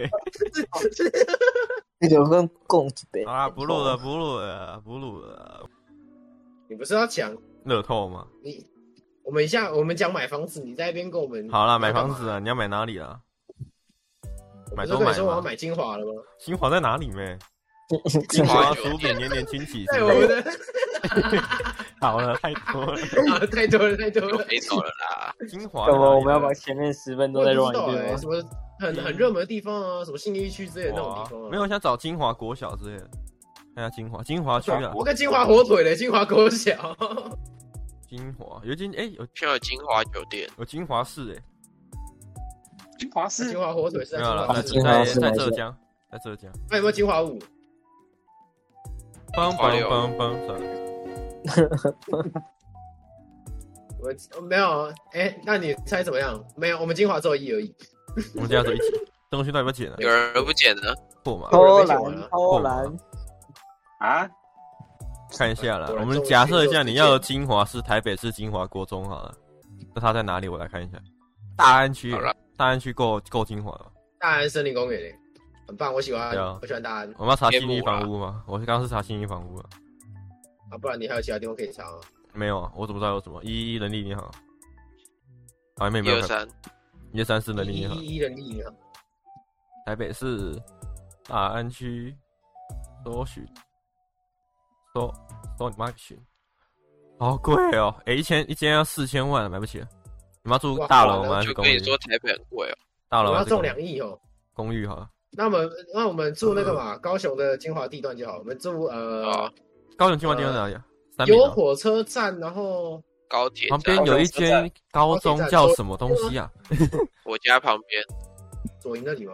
[SPEAKER 4] 那个跟共几杯
[SPEAKER 2] 好啦，不录了，不录了，不录了，
[SPEAKER 1] 你不是要讲
[SPEAKER 2] 乐透嘛？
[SPEAKER 1] 你？我们一下，我们讲买房子，你在那边跟我们
[SPEAKER 2] 好啦，买房子啊，你要买哪里啊？
[SPEAKER 1] 我
[SPEAKER 2] 买
[SPEAKER 1] 不是
[SPEAKER 2] 都
[SPEAKER 1] 跟
[SPEAKER 2] 买
[SPEAKER 1] 你说我要
[SPEAKER 2] 嘛。
[SPEAKER 1] 买精华了吗？
[SPEAKER 2] 新华在哪里没？
[SPEAKER 3] 精
[SPEAKER 2] 新华
[SPEAKER 3] 华
[SPEAKER 2] 薯饼年年清起，
[SPEAKER 1] 对，
[SPEAKER 2] 是
[SPEAKER 1] 我
[SPEAKER 2] 不
[SPEAKER 1] 们
[SPEAKER 2] 是
[SPEAKER 1] 的
[SPEAKER 2] 好了，太多了。
[SPEAKER 1] 啊，太多了，太多
[SPEAKER 3] 我 [LAUGHS]
[SPEAKER 1] 了。
[SPEAKER 3] 没走了啦。
[SPEAKER 2] 新华在
[SPEAKER 4] 干
[SPEAKER 2] 哪里啊
[SPEAKER 4] 嘛？
[SPEAKER 2] 呢，
[SPEAKER 4] 我们要把前面十分钟
[SPEAKER 1] 我
[SPEAKER 4] 再
[SPEAKER 1] 也不
[SPEAKER 4] run
[SPEAKER 1] 知道
[SPEAKER 4] 一
[SPEAKER 1] 哎、
[SPEAKER 4] 遍吗？
[SPEAKER 1] 什么很很热门的地方啊，什么信义区之类的那种地方、
[SPEAKER 2] 哇
[SPEAKER 1] 啊。
[SPEAKER 2] 没有，我想找金华国小之类的。看下金华，金华区啊，
[SPEAKER 1] 我跟金华火腿嘞，金华国小。
[SPEAKER 2] 金华有金哎、有
[SPEAKER 3] 现在有金华酒店，
[SPEAKER 2] 有金华市哎、
[SPEAKER 5] 金华是
[SPEAKER 1] 金华火腿是在
[SPEAKER 2] 没
[SPEAKER 1] 金
[SPEAKER 2] 有
[SPEAKER 1] 华
[SPEAKER 2] 了，
[SPEAKER 1] 市
[SPEAKER 2] 在
[SPEAKER 1] 是吗，
[SPEAKER 2] 在在
[SPEAKER 4] 啊金华市哪一
[SPEAKER 2] 浙
[SPEAKER 4] 些
[SPEAKER 2] 江，在浙江。
[SPEAKER 1] 那有没有金华五？
[SPEAKER 2] 帮
[SPEAKER 3] 华
[SPEAKER 2] 帮
[SPEAKER 3] 六
[SPEAKER 2] 帮帮，算了
[SPEAKER 1] 我我没有啊。哎、那你猜怎么样？没有，我们金华只有一而已。
[SPEAKER 2] 我们家走一起。东西到底要不要剪了？
[SPEAKER 3] 有人不捡呢？
[SPEAKER 2] 破嘛，
[SPEAKER 4] 偷
[SPEAKER 1] 我以为没剪完啊
[SPEAKER 4] 懒，偷懒，
[SPEAKER 5] 啊，
[SPEAKER 2] 看一下啦。
[SPEAKER 1] 果
[SPEAKER 2] 我
[SPEAKER 1] 然
[SPEAKER 2] 们
[SPEAKER 1] 中文
[SPEAKER 2] 假
[SPEAKER 1] 系
[SPEAKER 2] 设一
[SPEAKER 1] 就
[SPEAKER 2] 下，
[SPEAKER 1] 直
[SPEAKER 2] 你
[SPEAKER 1] 接
[SPEAKER 2] 要的金华是台北市金华国中好了，那它在哪里？我来看一下。大安区
[SPEAKER 3] 好啦，
[SPEAKER 2] 大安区够够金华了。
[SPEAKER 1] 大安森林公园、欸，很棒，我喜欢，
[SPEAKER 2] 对啊
[SPEAKER 1] 我喜欢大安
[SPEAKER 2] 我们要查
[SPEAKER 3] 羡
[SPEAKER 2] 新一
[SPEAKER 3] 慕啊
[SPEAKER 2] 房屋吗？我是刚刚是查新一房屋了，
[SPEAKER 1] 啊。不然你还有其他地方可以查、啊？
[SPEAKER 2] 没有啊，我怎么知道有什么？一一人力银行，啊，没有
[SPEAKER 3] 一
[SPEAKER 2] 没有
[SPEAKER 3] 二，三，
[SPEAKER 2] 一二三四人力
[SPEAKER 1] 一
[SPEAKER 2] 银行，
[SPEAKER 1] 一一啊人力银行，
[SPEAKER 2] 台北市大安区啊搜寻，搜搜你妈个寻，好贵哦！哎、一千一间要四千万，买不起。你们要住
[SPEAKER 1] 哇
[SPEAKER 2] 大
[SPEAKER 1] 完
[SPEAKER 2] 楼
[SPEAKER 1] 了
[SPEAKER 2] 吗？还
[SPEAKER 3] 就是
[SPEAKER 2] 公
[SPEAKER 3] 跟
[SPEAKER 2] 寓
[SPEAKER 3] 你？说台北很贵哦。
[SPEAKER 2] 大
[SPEAKER 1] 我
[SPEAKER 2] 楼
[SPEAKER 1] 们
[SPEAKER 2] 还
[SPEAKER 1] 要
[SPEAKER 2] 是
[SPEAKER 1] 中
[SPEAKER 2] 公
[SPEAKER 1] 两
[SPEAKER 2] 寓？
[SPEAKER 1] 亿哦。
[SPEAKER 2] 公寓哈，
[SPEAKER 1] 那我们那我们住那个
[SPEAKER 2] 嗯
[SPEAKER 1] 嘛，高雄的金华地段就好。我们住呃
[SPEAKER 3] 哦，
[SPEAKER 2] 高雄金华地方在哪里啊？三明
[SPEAKER 1] 有
[SPEAKER 2] 哦
[SPEAKER 1] 火车站，然后
[SPEAKER 3] 高铁
[SPEAKER 2] 旁
[SPEAKER 3] 站
[SPEAKER 2] 边，有一间高中叫什么东西啊？
[SPEAKER 3] 我家旁边。
[SPEAKER 1] 左营那里吗？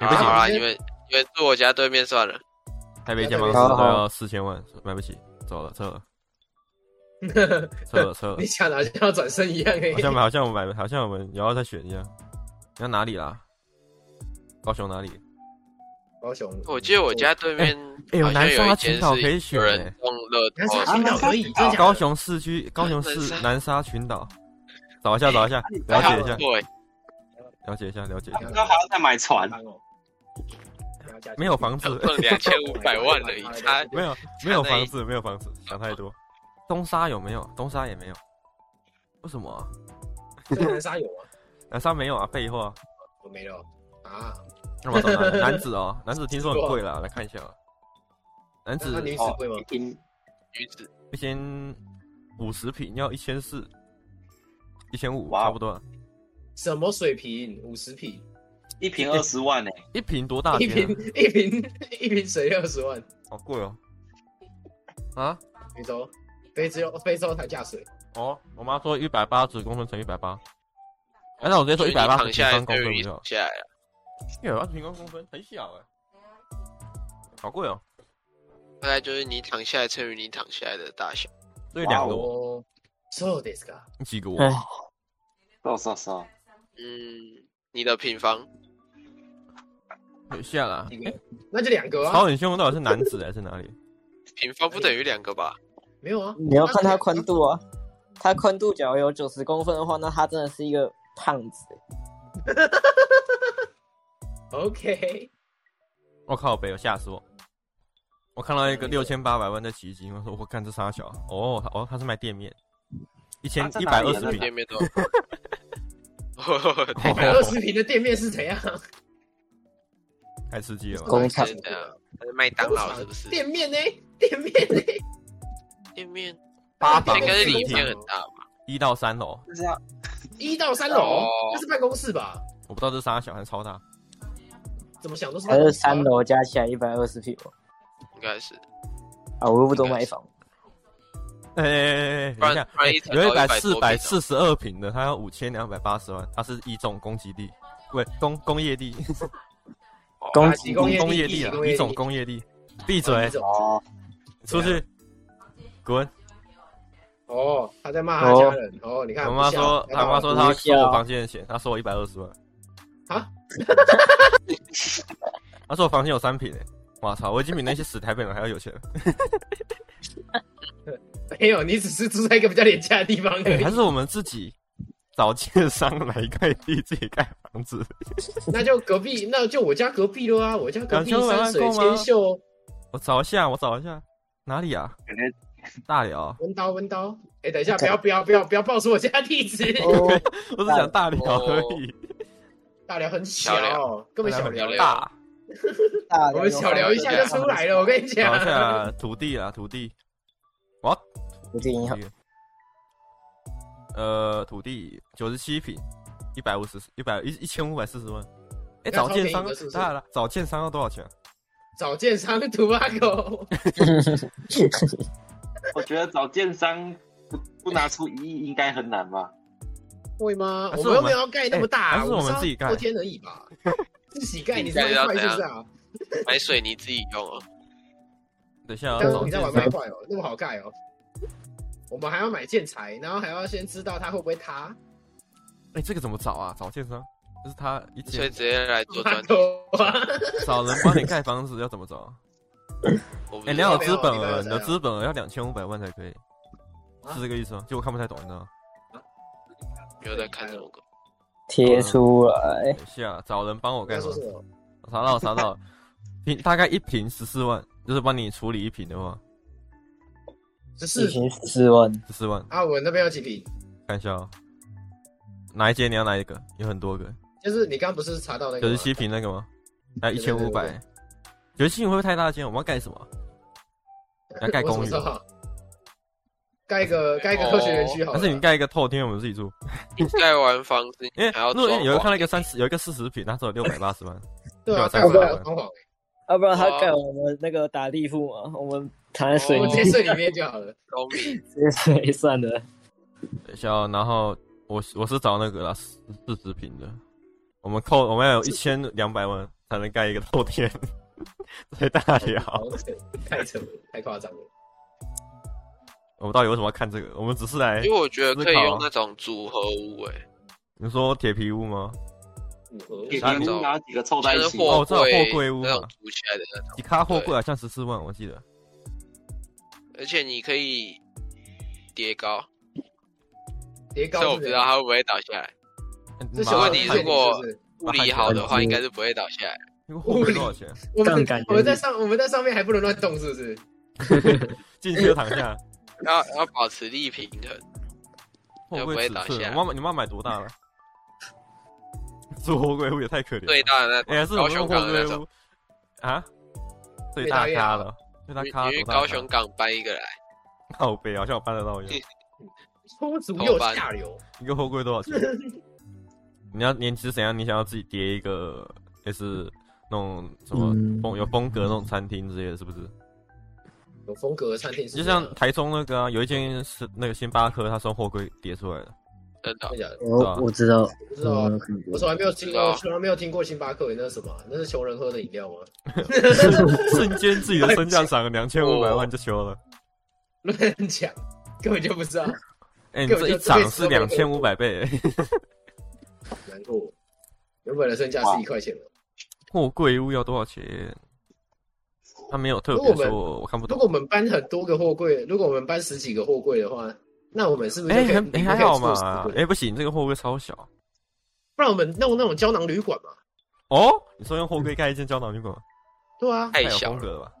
[SPEAKER 2] 买不
[SPEAKER 3] 好啦
[SPEAKER 2] 起
[SPEAKER 3] 好，啦，你们你们住我家对面算了。
[SPEAKER 2] 台北一间办公
[SPEAKER 4] 好
[SPEAKER 2] 室
[SPEAKER 4] 好
[SPEAKER 2] 都要四千万，买不起，走了，撤了，撤了，撤了
[SPEAKER 1] 你。想哪像要转身一样哎、
[SPEAKER 2] 好像好像我们买，好像我们也要再选一下，你要哪里啦？高雄哪里？
[SPEAKER 1] 高雄，
[SPEAKER 3] 我记得我家对面
[SPEAKER 2] 哎有
[SPEAKER 3] 好像
[SPEAKER 2] 南沙
[SPEAKER 3] 有一间
[SPEAKER 2] 群岛可以
[SPEAKER 3] 是
[SPEAKER 2] 选
[SPEAKER 3] 有
[SPEAKER 2] 哎
[SPEAKER 3] 人中乐
[SPEAKER 1] 南沙
[SPEAKER 3] 透
[SPEAKER 1] 群
[SPEAKER 3] 的，
[SPEAKER 1] 岛可以，真假的
[SPEAKER 2] 高雄市区，高雄
[SPEAKER 3] 南
[SPEAKER 2] 市
[SPEAKER 3] 沙
[SPEAKER 2] 南沙群岛，找一下，找一下，了解
[SPEAKER 3] 还不
[SPEAKER 2] 一下，
[SPEAKER 3] 错哎，
[SPEAKER 2] 了解一下，了解一下。
[SPEAKER 5] 那还要再买船，
[SPEAKER 1] 哦，
[SPEAKER 2] 没有房子，
[SPEAKER 3] 挣两千五百万而已，
[SPEAKER 1] [LAUGHS]
[SPEAKER 3] 差
[SPEAKER 2] 没有没有房子，没有房子，想太多。东沙有没有？东沙也没有，为什么啊？
[SPEAKER 1] 对南沙有啊，
[SPEAKER 2] 南沙没有啊？废话，
[SPEAKER 1] 我没了啊。
[SPEAKER 2] 那么找南南子哦，南子听说很贵啦，来看一下啊。南
[SPEAKER 1] 那那
[SPEAKER 2] 子
[SPEAKER 1] 女子
[SPEAKER 5] 哦
[SPEAKER 1] 贵吗？，
[SPEAKER 5] 一
[SPEAKER 3] 女子
[SPEAKER 2] 一千五十平要一千四，一千五
[SPEAKER 5] 哇
[SPEAKER 2] 差不多啊。
[SPEAKER 1] 什么水平？五十平，
[SPEAKER 5] 一瓶二十万呢，欸
[SPEAKER 2] 一瓶多大
[SPEAKER 1] 一
[SPEAKER 2] 间啊？
[SPEAKER 1] 瓶一瓶一瓶水二十万，
[SPEAKER 2] 好贵哦！啊？
[SPEAKER 1] 非洲非洲非洲才价水，
[SPEAKER 2] 哦，我妈说一百八十公分乘一百八。哎，那我直接说一百八
[SPEAKER 3] 所以
[SPEAKER 2] 十
[SPEAKER 3] 你
[SPEAKER 2] 平
[SPEAKER 3] 躺
[SPEAKER 2] 方公
[SPEAKER 3] 下来就
[SPEAKER 2] 分
[SPEAKER 3] 容易
[SPEAKER 2] 比较好
[SPEAKER 3] 躺，下来啊了。
[SPEAKER 2] 一百八十平方公分很小哎，好贵哦！
[SPEAKER 3] 大概就是你躺下来乘以你躺下来的大小。
[SPEAKER 2] 所以两个我，
[SPEAKER 1] 哦，そうですか。
[SPEAKER 2] 几个我？
[SPEAKER 4] 哎，
[SPEAKER 5] 多少少，
[SPEAKER 3] 嗯，你的平方
[SPEAKER 2] 等一下啦，
[SPEAKER 1] 一个，那就两个
[SPEAKER 2] 吵
[SPEAKER 1] 啊，
[SPEAKER 2] 很凶，到底是男啊子还是哪里？
[SPEAKER 3] 平方不等于两个吧？
[SPEAKER 1] 没有啊，
[SPEAKER 4] 你要看它宽度啊，它宽度假如有九十公分的话，那它真的是一个胖子。
[SPEAKER 1] OK，
[SPEAKER 2] 我靠北，我吓死我！我看到一个六千八百万在奇迹，我说我看这傻小哦哦，他是卖店面，一千
[SPEAKER 5] 啊在
[SPEAKER 2] 一
[SPEAKER 5] 哪
[SPEAKER 2] 百
[SPEAKER 5] 里
[SPEAKER 2] 二
[SPEAKER 5] 啊
[SPEAKER 2] 十
[SPEAKER 5] 那
[SPEAKER 2] 平
[SPEAKER 3] 店
[SPEAKER 5] 边
[SPEAKER 3] 面
[SPEAKER 2] [LAUGHS]
[SPEAKER 3] 都有。 [LAUGHS] 太
[SPEAKER 1] 百二十平的店面是怎样？
[SPEAKER 2] 太刺激了吧！
[SPEAKER 4] 工厂
[SPEAKER 3] 是怎样？还是麦当劳是不是？
[SPEAKER 1] 店面呢？店面呢？
[SPEAKER 3] 店面
[SPEAKER 2] 八房
[SPEAKER 3] 应该是
[SPEAKER 2] 四
[SPEAKER 3] 里
[SPEAKER 2] 厅
[SPEAKER 3] 面很大吧？
[SPEAKER 2] 一到三楼，
[SPEAKER 5] 就是要
[SPEAKER 1] 一到三楼
[SPEAKER 3] 哦，
[SPEAKER 1] 那是办公室吧？
[SPEAKER 2] 我不知道这傻小还是超大，
[SPEAKER 1] 怎么想都是
[SPEAKER 4] 还
[SPEAKER 1] 办
[SPEAKER 4] 是
[SPEAKER 1] 公室啊
[SPEAKER 4] 三楼加起来一百二十平方
[SPEAKER 3] 应该是，
[SPEAKER 4] 啊！ [LAUGHS] 我又不懂买房，
[SPEAKER 2] 哎哎哎哎，等一下，
[SPEAKER 3] 不然
[SPEAKER 2] 哎
[SPEAKER 3] 一层
[SPEAKER 2] 有
[SPEAKER 3] 楼
[SPEAKER 2] 一百
[SPEAKER 3] 100
[SPEAKER 2] 四
[SPEAKER 3] 多
[SPEAKER 2] 百
[SPEAKER 3] 平啊
[SPEAKER 2] 四十二平的，它要五千两百八十万，它是一种供给地，不工工业地，
[SPEAKER 3] 哦
[SPEAKER 4] 工
[SPEAKER 1] 打击工业
[SPEAKER 2] 工业
[SPEAKER 1] 地
[SPEAKER 2] 地啊，
[SPEAKER 1] 一
[SPEAKER 2] 一种
[SPEAKER 1] 啊
[SPEAKER 2] 工业地，闭嘴
[SPEAKER 1] 一，种
[SPEAKER 5] 哦，
[SPEAKER 2] 出去，滚，
[SPEAKER 1] 哦，他在骂他家人。哦，你看，
[SPEAKER 2] 我妈
[SPEAKER 1] 不孝
[SPEAKER 2] 说，
[SPEAKER 1] 要
[SPEAKER 2] 他妈
[SPEAKER 1] 干嘛
[SPEAKER 2] 说他
[SPEAKER 4] 不孝
[SPEAKER 2] 收我房间的钱，他收我一百二十万。 [LAUGHS]
[SPEAKER 1] 啊？
[SPEAKER 2] 他说我房间有三平诶、我操，我已经比那些死台北人还要有钱了。
[SPEAKER 1] [LAUGHS] 没有，你只是住在一个比较廉价的地方而
[SPEAKER 2] 哎
[SPEAKER 1] 已
[SPEAKER 2] 还。是我们自己找建商来盖地，自己盖房子。
[SPEAKER 1] [LAUGHS] 那就隔壁，那就我家隔壁了啊，我家隔壁
[SPEAKER 2] 两千五百万
[SPEAKER 1] 山水
[SPEAKER 2] 够吗
[SPEAKER 1] 千秀，
[SPEAKER 2] 我找一下，我找一下，哪里啊？
[SPEAKER 5] 感觉
[SPEAKER 2] 大寮啊，
[SPEAKER 1] 文刀文刀。哎，等一下，不要不要不要不要报出我家地址。
[SPEAKER 4] 哦，
[SPEAKER 2] [LAUGHS] 我只讲大寮而已。
[SPEAKER 1] 大寮很小
[SPEAKER 3] 小寮，
[SPEAKER 1] 根哦本小
[SPEAKER 2] 大
[SPEAKER 1] 聊
[SPEAKER 2] 寮很
[SPEAKER 3] 聊
[SPEAKER 2] 大，
[SPEAKER 4] 大
[SPEAKER 1] 我们小聊一下就出来了，我跟你 [LAUGHS]
[SPEAKER 2] 找
[SPEAKER 1] 讲。
[SPEAKER 2] 一下土地啊，土地，
[SPEAKER 4] 土地银
[SPEAKER 2] 土
[SPEAKER 4] 行
[SPEAKER 2] 地呃，土地九十七平，一百五十，一百一一千五百四十万。哎，
[SPEAKER 1] 那超
[SPEAKER 2] 找建商
[SPEAKER 1] 便宜的是不，是
[SPEAKER 2] 当然了，找建商要多少钱啊？
[SPEAKER 1] 找建商土八狗，
[SPEAKER 5] 我觉得找建商不不拿出一亿应该很难吧？
[SPEAKER 1] 会吗？
[SPEAKER 2] 还是
[SPEAKER 1] 我们又
[SPEAKER 2] 我
[SPEAKER 1] 没
[SPEAKER 2] 们
[SPEAKER 1] 有要盖那么大，
[SPEAKER 2] 哎还是
[SPEAKER 1] 我
[SPEAKER 2] 我们
[SPEAKER 1] 是要
[SPEAKER 2] 自己盖
[SPEAKER 1] 过天而已
[SPEAKER 2] [LAUGHS]
[SPEAKER 1] 吧。自己盖，你这
[SPEAKER 3] 自己盖
[SPEAKER 1] 样快
[SPEAKER 3] 要
[SPEAKER 1] 是
[SPEAKER 3] 怎
[SPEAKER 1] 不
[SPEAKER 3] 样
[SPEAKER 1] 是啊？
[SPEAKER 3] 买水泥自己用哦。
[SPEAKER 2] 等一下啊，
[SPEAKER 1] 但是
[SPEAKER 2] 找
[SPEAKER 1] 你在
[SPEAKER 2] 建
[SPEAKER 1] 玩
[SPEAKER 2] 商
[SPEAKER 1] 麦块哦，那么好盖哦。我们还要买建材，然后还要先知道它会不会塌。
[SPEAKER 2] 哎，这个怎么找啊？找建商，这是他一
[SPEAKER 3] 所以
[SPEAKER 2] 间
[SPEAKER 3] 直接来
[SPEAKER 1] [LAUGHS]
[SPEAKER 3] 做
[SPEAKER 1] 妈
[SPEAKER 3] 砖，
[SPEAKER 2] [LAUGHS]
[SPEAKER 1] 头啊！
[SPEAKER 2] 找人帮你盖房子要怎么找？啊
[SPEAKER 3] 我不
[SPEAKER 2] 哎，
[SPEAKER 3] 知
[SPEAKER 2] 你
[SPEAKER 3] 道
[SPEAKER 2] 要有
[SPEAKER 1] 没
[SPEAKER 2] 资
[SPEAKER 1] 有
[SPEAKER 2] 本
[SPEAKER 1] 没有
[SPEAKER 2] 额，你
[SPEAKER 1] 没
[SPEAKER 2] 的
[SPEAKER 1] 有
[SPEAKER 2] 资本额要两千五百万才可以，
[SPEAKER 1] 啊
[SPEAKER 2] 是这个意思吗？就我看不太懂，你知道吗？
[SPEAKER 3] 没有在看这
[SPEAKER 2] [LAUGHS]
[SPEAKER 3] 种歌。
[SPEAKER 4] 贴出来，
[SPEAKER 2] 等一下，找人帮我
[SPEAKER 1] 我刚
[SPEAKER 2] 盖
[SPEAKER 1] 才
[SPEAKER 2] 房
[SPEAKER 1] 说什
[SPEAKER 2] 子。
[SPEAKER 1] 么？
[SPEAKER 2] 我查到，我查到，平大概一瓶十四万，就是帮你处理一瓶的话，
[SPEAKER 1] 只
[SPEAKER 4] 一
[SPEAKER 1] 是
[SPEAKER 4] 瓶十四万，
[SPEAKER 2] 十四万。
[SPEAKER 1] 阿文那边有几瓶？
[SPEAKER 2] 看一下、哦，哪一间你要哪一个？有很多个，
[SPEAKER 1] 就是你刚刚不是查到那个
[SPEAKER 2] 九
[SPEAKER 1] 吗
[SPEAKER 2] 十七瓶那个吗？还有一
[SPEAKER 1] 对
[SPEAKER 2] 千
[SPEAKER 1] 对对
[SPEAKER 2] 五百。九十七瓶会不会太大间？我们要盖什么？要盖公
[SPEAKER 1] 啊我
[SPEAKER 2] 寓啊
[SPEAKER 1] 怎么知
[SPEAKER 2] 吗？
[SPEAKER 1] 道盖一个盖一个科学园区好了
[SPEAKER 2] 还是你盖一个透天，我们自己住？
[SPEAKER 3] 你盖完房子，
[SPEAKER 2] 因为
[SPEAKER 3] 还要
[SPEAKER 2] 那
[SPEAKER 3] 装
[SPEAKER 2] 有哎有
[SPEAKER 3] 潢
[SPEAKER 2] 看到一个三十，有一个四十平，那时候六百八十万。
[SPEAKER 1] 对啊，
[SPEAKER 2] 对
[SPEAKER 1] 盖完
[SPEAKER 4] 对
[SPEAKER 1] 还要装潢，
[SPEAKER 4] 要啊不然他盖我们那个打地铺嘛，我们躺在水
[SPEAKER 1] 哦我
[SPEAKER 4] 泥
[SPEAKER 1] 们直接睡里面就好
[SPEAKER 2] [LAUGHS]
[SPEAKER 1] 了。
[SPEAKER 3] 高明，
[SPEAKER 4] 直接睡算了。
[SPEAKER 2] 等一下哦、然后我是我是找那个啦，四四十平的，我们扣我们要有一千两百万才能盖一个透天， [LAUGHS] 太大
[SPEAKER 1] 好
[SPEAKER 2] 了。，
[SPEAKER 1] 太扯了，太夸张了。
[SPEAKER 2] 我们到底为什么要看这个？我们只是来
[SPEAKER 3] 因为我觉得可
[SPEAKER 2] 思
[SPEAKER 3] 以
[SPEAKER 2] 考啊
[SPEAKER 3] 用那种组合屋，
[SPEAKER 2] [LAUGHS]
[SPEAKER 3] 哎，
[SPEAKER 2] 你说铁皮屋吗？
[SPEAKER 1] 五合
[SPEAKER 5] 铁
[SPEAKER 3] 那
[SPEAKER 5] 皮
[SPEAKER 3] 种
[SPEAKER 5] 屋然后几个凑在
[SPEAKER 3] 就
[SPEAKER 5] 一
[SPEAKER 3] 是
[SPEAKER 5] 起，
[SPEAKER 2] 哦
[SPEAKER 3] 货
[SPEAKER 2] 我知道
[SPEAKER 3] 柜
[SPEAKER 2] 货柜屋嘛
[SPEAKER 3] 那种组起来的那种，
[SPEAKER 2] 几卡货柜好像十四万，我记得。
[SPEAKER 3] 而且你可以叠高，
[SPEAKER 1] 叠高
[SPEAKER 3] 所以
[SPEAKER 1] 是是
[SPEAKER 3] 我不知道它会不会倒下来。
[SPEAKER 1] 这
[SPEAKER 2] 哎妈
[SPEAKER 1] 小
[SPEAKER 3] 问
[SPEAKER 1] 问
[SPEAKER 3] 题
[SPEAKER 1] 题
[SPEAKER 3] 如果
[SPEAKER 1] 是
[SPEAKER 3] 物理好的话，应该是不会倒下来。
[SPEAKER 2] 那个货柜多少钱？
[SPEAKER 1] 我们
[SPEAKER 4] 杠杆原理
[SPEAKER 1] 我们在上我们在上面还不能乱动，是不是？
[SPEAKER 2] 进去就躺
[SPEAKER 3] [LAUGHS]
[SPEAKER 2] 下，
[SPEAKER 3] 要要保持力平衡，
[SPEAKER 2] 货
[SPEAKER 3] 又不
[SPEAKER 2] 柜
[SPEAKER 3] 会
[SPEAKER 2] 尺
[SPEAKER 3] 倒
[SPEAKER 2] 寸。
[SPEAKER 3] 下
[SPEAKER 2] 我妈妈，你妈买多大了？ [LAUGHS] 住货柜屋也太可怜
[SPEAKER 3] 最
[SPEAKER 2] 了。
[SPEAKER 3] 大的
[SPEAKER 2] 哎、
[SPEAKER 3] 那
[SPEAKER 2] 还是
[SPEAKER 3] 种
[SPEAKER 2] 我
[SPEAKER 3] 高
[SPEAKER 2] 们用
[SPEAKER 3] 雄
[SPEAKER 2] 货
[SPEAKER 3] 港的
[SPEAKER 2] 柜
[SPEAKER 3] 那种，
[SPEAKER 2] 屋啊？最
[SPEAKER 1] 最
[SPEAKER 2] 大
[SPEAKER 1] 大月
[SPEAKER 2] 咖
[SPEAKER 1] 啊
[SPEAKER 2] 了，最大
[SPEAKER 3] 你
[SPEAKER 2] 咖
[SPEAKER 3] 你
[SPEAKER 2] 多
[SPEAKER 3] 去
[SPEAKER 2] 大咖？
[SPEAKER 3] 高雄港搬一个来，
[SPEAKER 2] 靠背，好像我搬得到一样。
[SPEAKER 3] [LAUGHS]
[SPEAKER 1] 粗俗又下流，
[SPEAKER 2] 一个货柜多少钱？你要你是怎样？你想要自己叠一个，就是那种什么
[SPEAKER 4] 嗯
[SPEAKER 2] 风、有风格那种餐厅之类的，是不是？
[SPEAKER 1] 有风格的餐厅是
[SPEAKER 2] 就像台中那个啊，有一间是那个星巴克，它是用货柜叠出
[SPEAKER 1] [LAUGHS]
[SPEAKER 2] 来的。
[SPEAKER 3] 真的
[SPEAKER 1] 真的假的
[SPEAKER 2] 对啊
[SPEAKER 6] 我我知道，
[SPEAKER 1] 不知道啊
[SPEAKER 6] 我。
[SPEAKER 4] 嗯
[SPEAKER 1] 我从来没有听过，
[SPEAKER 3] 我
[SPEAKER 1] 从来没有听过星巴克那是什么啊？那是穷人喝的饮料吗？ [LAUGHS]
[SPEAKER 2] 瞬间自己的身价涨了两千五百万就修
[SPEAKER 1] 哦
[SPEAKER 2] 了。
[SPEAKER 1] 乱讲，根本就不知道，
[SPEAKER 2] 哎、你这一涨是两千五百倍、
[SPEAKER 1] 难过。原本的身价是一块钱了。
[SPEAKER 2] 货柜屋要多少钱？他没有特别说我，我看不
[SPEAKER 1] 如
[SPEAKER 2] 懂。
[SPEAKER 1] 果我们搬很多个货柜，如果我们搬十几个货柜的话，那我们是不是
[SPEAKER 2] 哎、
[SPEAKER 1] 就可以
[SPEAKER 2] 很哎、还好嘛，
[SPEAKER 1] 可以做十
[SPEAKER 2] 哎、
[SPEAKER 1] 个
[SPEAKER 2] 不行，这个货柜超小。
[SPEAKER 1] 不然我们弄那种胶囊旅馆嘛？
[SPEAKER 2] 哦，你说用货柜盖一间胶囊旅馆，
[SPEAKER 1] 对啊，
[SPEAKER 3] 太
[SPEAKER 2] 有
[SPEAKER 3] 小
[SPEAKER 2] 风
[SPEAKER 3] 了，
[SPEAKER 2] 格了吧？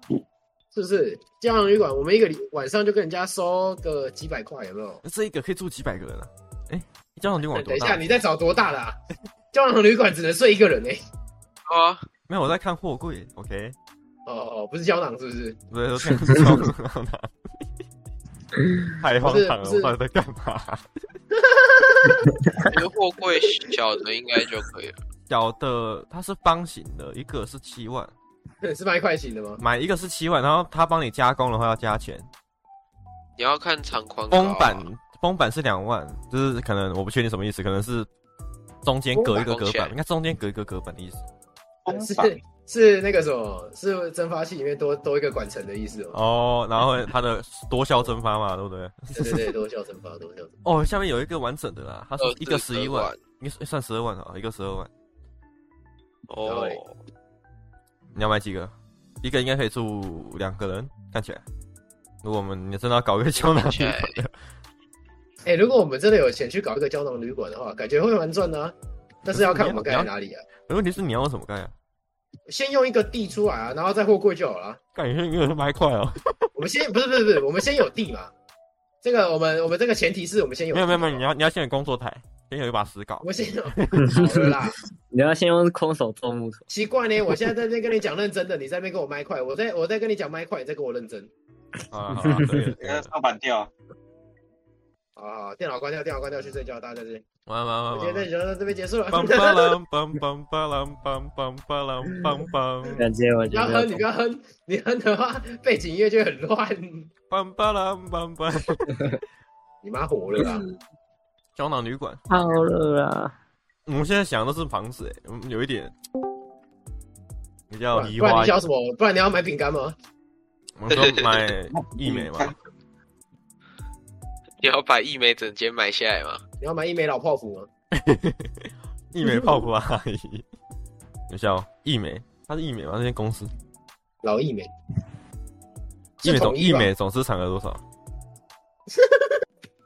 [SPEAKER 1] 是不是胶囊旅馆？我们一个礼晚上就跟人家收个几百块，有没有？
[SPEAKER 2] 这一个可以住几百个人啊？哎、胶囊旅馆有
[SPEAKER 1] 等
[SPEAKER 2] 哦多
[SPEAKER 1] 一
[SPEAKER 2] 大？
[SPEAKER 1] 下，你在找多大的、啊？胶囊旅馆只能睡一个人哎、
[SPEAKER 3] 啊，
[SPEAKER 2] 没有，我在看货柜，OK，
[SPEAKER 1] 哦哦，不是胶囊是不是？
[SPEAKER 2] 我在看胶囊，太荒 [LAUGHS] 唐了，
[SPEAKER 1] 不是不
[SPEAKER 2] 我
[SPEAKER 1] 是
[SPEAKER 2] 到底在干嘛？
[SPEAKER 3] 我觉得货柜小的应该就可以了。
[SPEAKER 2] 小的它是方形 [LAUGHS] 的，一个是七万，
[SPEAKER 1] 是 [LAUGHS] 卖块型的吗？
[SPEAKER 2] 买一个是七万，然后它帮你加工的话要加钱，
[SPEAKER 3] 你要看长宽高啊
[SPEAKER 2] 封板封板是两万，就是可能我不确定什么意思，可能是中间隔一个隔
[SPEAKER 3] 封板
[SPEAKER 2] 板，应该中间隔一个隔板的意思。
[SPEAKER 5] 风
[SPEAKER 1] 是
[SPEAKER 5] 板
[SPEAKER 1] 是那个什么，是蒸发器里面多多一个管程的意思吗？
[SPEAKER 2] 哦，然后它的多效蒸发嘛，对不对？
[SPEAKER 1] 对对对，多效蒸发，多效蒸
[SPEAKER 2] 哦，下面有一个完整的啦，它是一个十一万
[SPEAKER 3] 22，
[SPEAKER 2] 应该是算十二万啊，一个十二万，
[SPEAKER 3] 哦，
[SPEAKER 2] 你要买几个？一个应该可以住两个人，看起来。如果我们你真的要搞一
[SPEAKER 1] [LAUGHS]
[SPEAKER 2] 个胶囊
[SPEAKER 3] 看起
[SPEAKER 2] 旅
[SPEAKER 3] 来
[SPEAKER 2] 馆的，
[SPEAKER 1] 发。哎、如果我们真的有钱去搞一个胶囊旅馆的话，感觉会蛮赚的、啊。但是要看我们盖在哪里啊。
[SPEAKER 2] 问题是你要用什么盖啊？
[SPEAKER 1] 先用一个地出来啊，然后再货柜就好了啊。
[SPEAKER 2] 感觉一个人麦块哦。
[SPEAKER 1] 我们先不是不是不是，我们先有地嘛。这个我们我们这个前提是我们先有
[SPEAKER 2] 没有没有
[SPEAKER 1] 地
[SPEAKER 2] 没有，
[SPEAKER 1] 好
[SPEAKER 2] 你
[SPEAKER 1] 不好
[SPEAKER 2] 要你要先有工作台，先有一把石镐
[SPEAKER 1] [LAUGHS] 我。们先有好了啦。
[SPEAKER 4] [LAUGHS] 你要先用空手做木头，
[SPEAKER 1] 奇怪呢，我现在在那边跟你讲认真的，你在那边跟我麦块，我在我在跟你讲麦块，你在跟我认真。
[SPEAKER 2] 好了好了，可以了可以
[SPEAKER 5] 那
[SPEAKER 2] 了
[SPEAKER 5] 上板跳，
[SPEAKER 1] 好好，好电脑关掉，电脑关掉，去睡觉，大家再见。
[SPEAKER 2] 玩玩
[SPEAKER 1] 我
[SPEAKER 2] 玩
[SPEAKER 1] 今
[SPEAKER 2] 玩
[SPEAKER 1] 天。就到这边结束了。
[SPEAKER 2] 梆梆啷梆梆梆啷梆梆梆啷梆梆
[SPEAKER 4] 感觉我
[SPEAKER 1] 不
[SPEAKER 4] 觉
[SPEAKER 1] 要
[SPEAKER 4] 得
[SPEAKER 1] 哼， [LAUGHS] 你不要哼，你哼的话背景音乐就会很乱。
[SPEAKER 2] 梆梆啷梆梆。
[SPEAKER 1] 你妈火了啦！
[SPEAKER 2] 胶囊旅馆，
[SPEAKER 4] 好了啊啦，
[SPEAKER 2] 我们现在想的是房子，哎，嗯有一点比
[SPEAKER 1] 不
[SPEAKER 2] 较
[SPEAKER 1] 然
[SPEAKER 2] 移
[SPEAKER 1] 不然
[SPEAKER 2] 花
[SPEAKER 1] 你。想什么？不然你要买饼干吗？
[SPEAKER 2] 我们说买一美嘛，
[SPEAKER 3] 你要把一枚整间买下来吗？
[SPEAKER 1] 你要买一枚老泡芙吗？
[SPEAKER 2] 一美泡芙阿姨。等一下哦，一美，它是一美吗？那间公司，
[SPEAKER 1] 老一枚，
[SPEAKER 2] 一美
[SPEAKER 1] 是
[SPEAKER 2] 总
[SPEAKER 1] 统
[SPEAKER 2] 一
[SPEAKER 1] 吧
[SPEAKER 2] 美总资产额多少？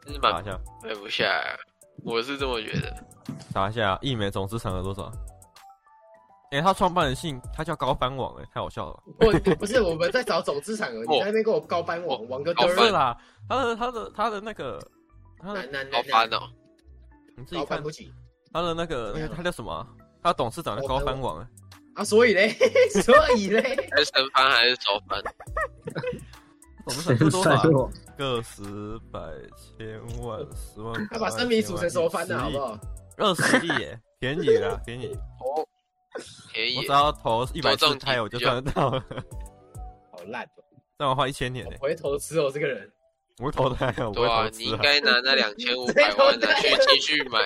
[SPEAKER 3] 真是蛮
[SPEAKER 2] 查一下，
[SPEAKER 3] 买不下来啊，我是这么觉得。
[SPEAKER 2] 查一下，一美总资产额多少？哎，他创办人姓，他叫高帆网，哎，太好笑了吧。
[SPEAKER 1] 我不是我们在找总资产额，你在那边跟我高班
[SPEAKER 3] 哦
[SPEAKER 1] 网王哥
[SPEAKER 3] 高
[SPEAKER 1] 嘚
[SPEAKER 2] 不是
[SPEAKER 1] 儿，
[SPEAKER 2] 啦，他的他的他的那个，他
[SPEAKER 1] 那
[SPEAKER 2] 的
[SPEAKER 1] 那
[SPEAKER 3] 好
[SPEAKER 1] 那
[SPEAKER 3] 烦
[SPEAKER 1] 那
[SPEAKER 3] 哦，
[SPEAKER 2] 你自己
[SPEAKER 1] 高
[SPEAKER 2] 看
[SPEAKER 1] 攀不起
[SPEAKER 2] 他的那个
[SPEAKER 1] 哎
[SPEAKER 2] 那个他叫什么啊？他董事长叫高帆网，哎
[SPEAKER 1] 啊！所以嘞， [LAUGHS] 所以嘞，
[SPEAKER 3] 还是神翻还是手翻？
[SPEAKER 2] 董事
[SPEAKER 4] [LAUGHS]
[SPEAKER 2] 长是多少啊？
[SPEAKER 4] 我，
[SPEAKER 2] 个十百千万十万，
[SPEAKER 1] 他把生米煮成熟饭啊了，好不？好？
[SPEAKER 2] 二十亿耶，便宜啦，便宜！
[SPEAKER 3] 哦，便
[SPEAKER 2] 我
[SPEAKER 3] 宜
[SPEAKER 2] 只，要投一百
[SPEAKER 3] 左
[SPEAKER 2] 次
[SPEAKER 3] 中
[SPEAKER 2] 胎，
[SPEAKER 3] 几
[SPEAKER 2] 我就赚得到了， [LAUGHS]
[SPEAKER 1] 好烂哦，
[SPEAKER 2] 这样我花一千年
[SPEAKER 1] 我
[SPEAKER 2] 呢。
[SPEAKER 1] 不会投资哦，这个人。
[SPEAKER 2] 我会投胎啊，我不
[SPEAKER 3] 对啊
[SPEAKER 2] 会投，
[SPEAKER 3] 你应
[SPEAKER 2] 资啊。
[SPEAKER 3] 该拿那两千五百万拿去继续买，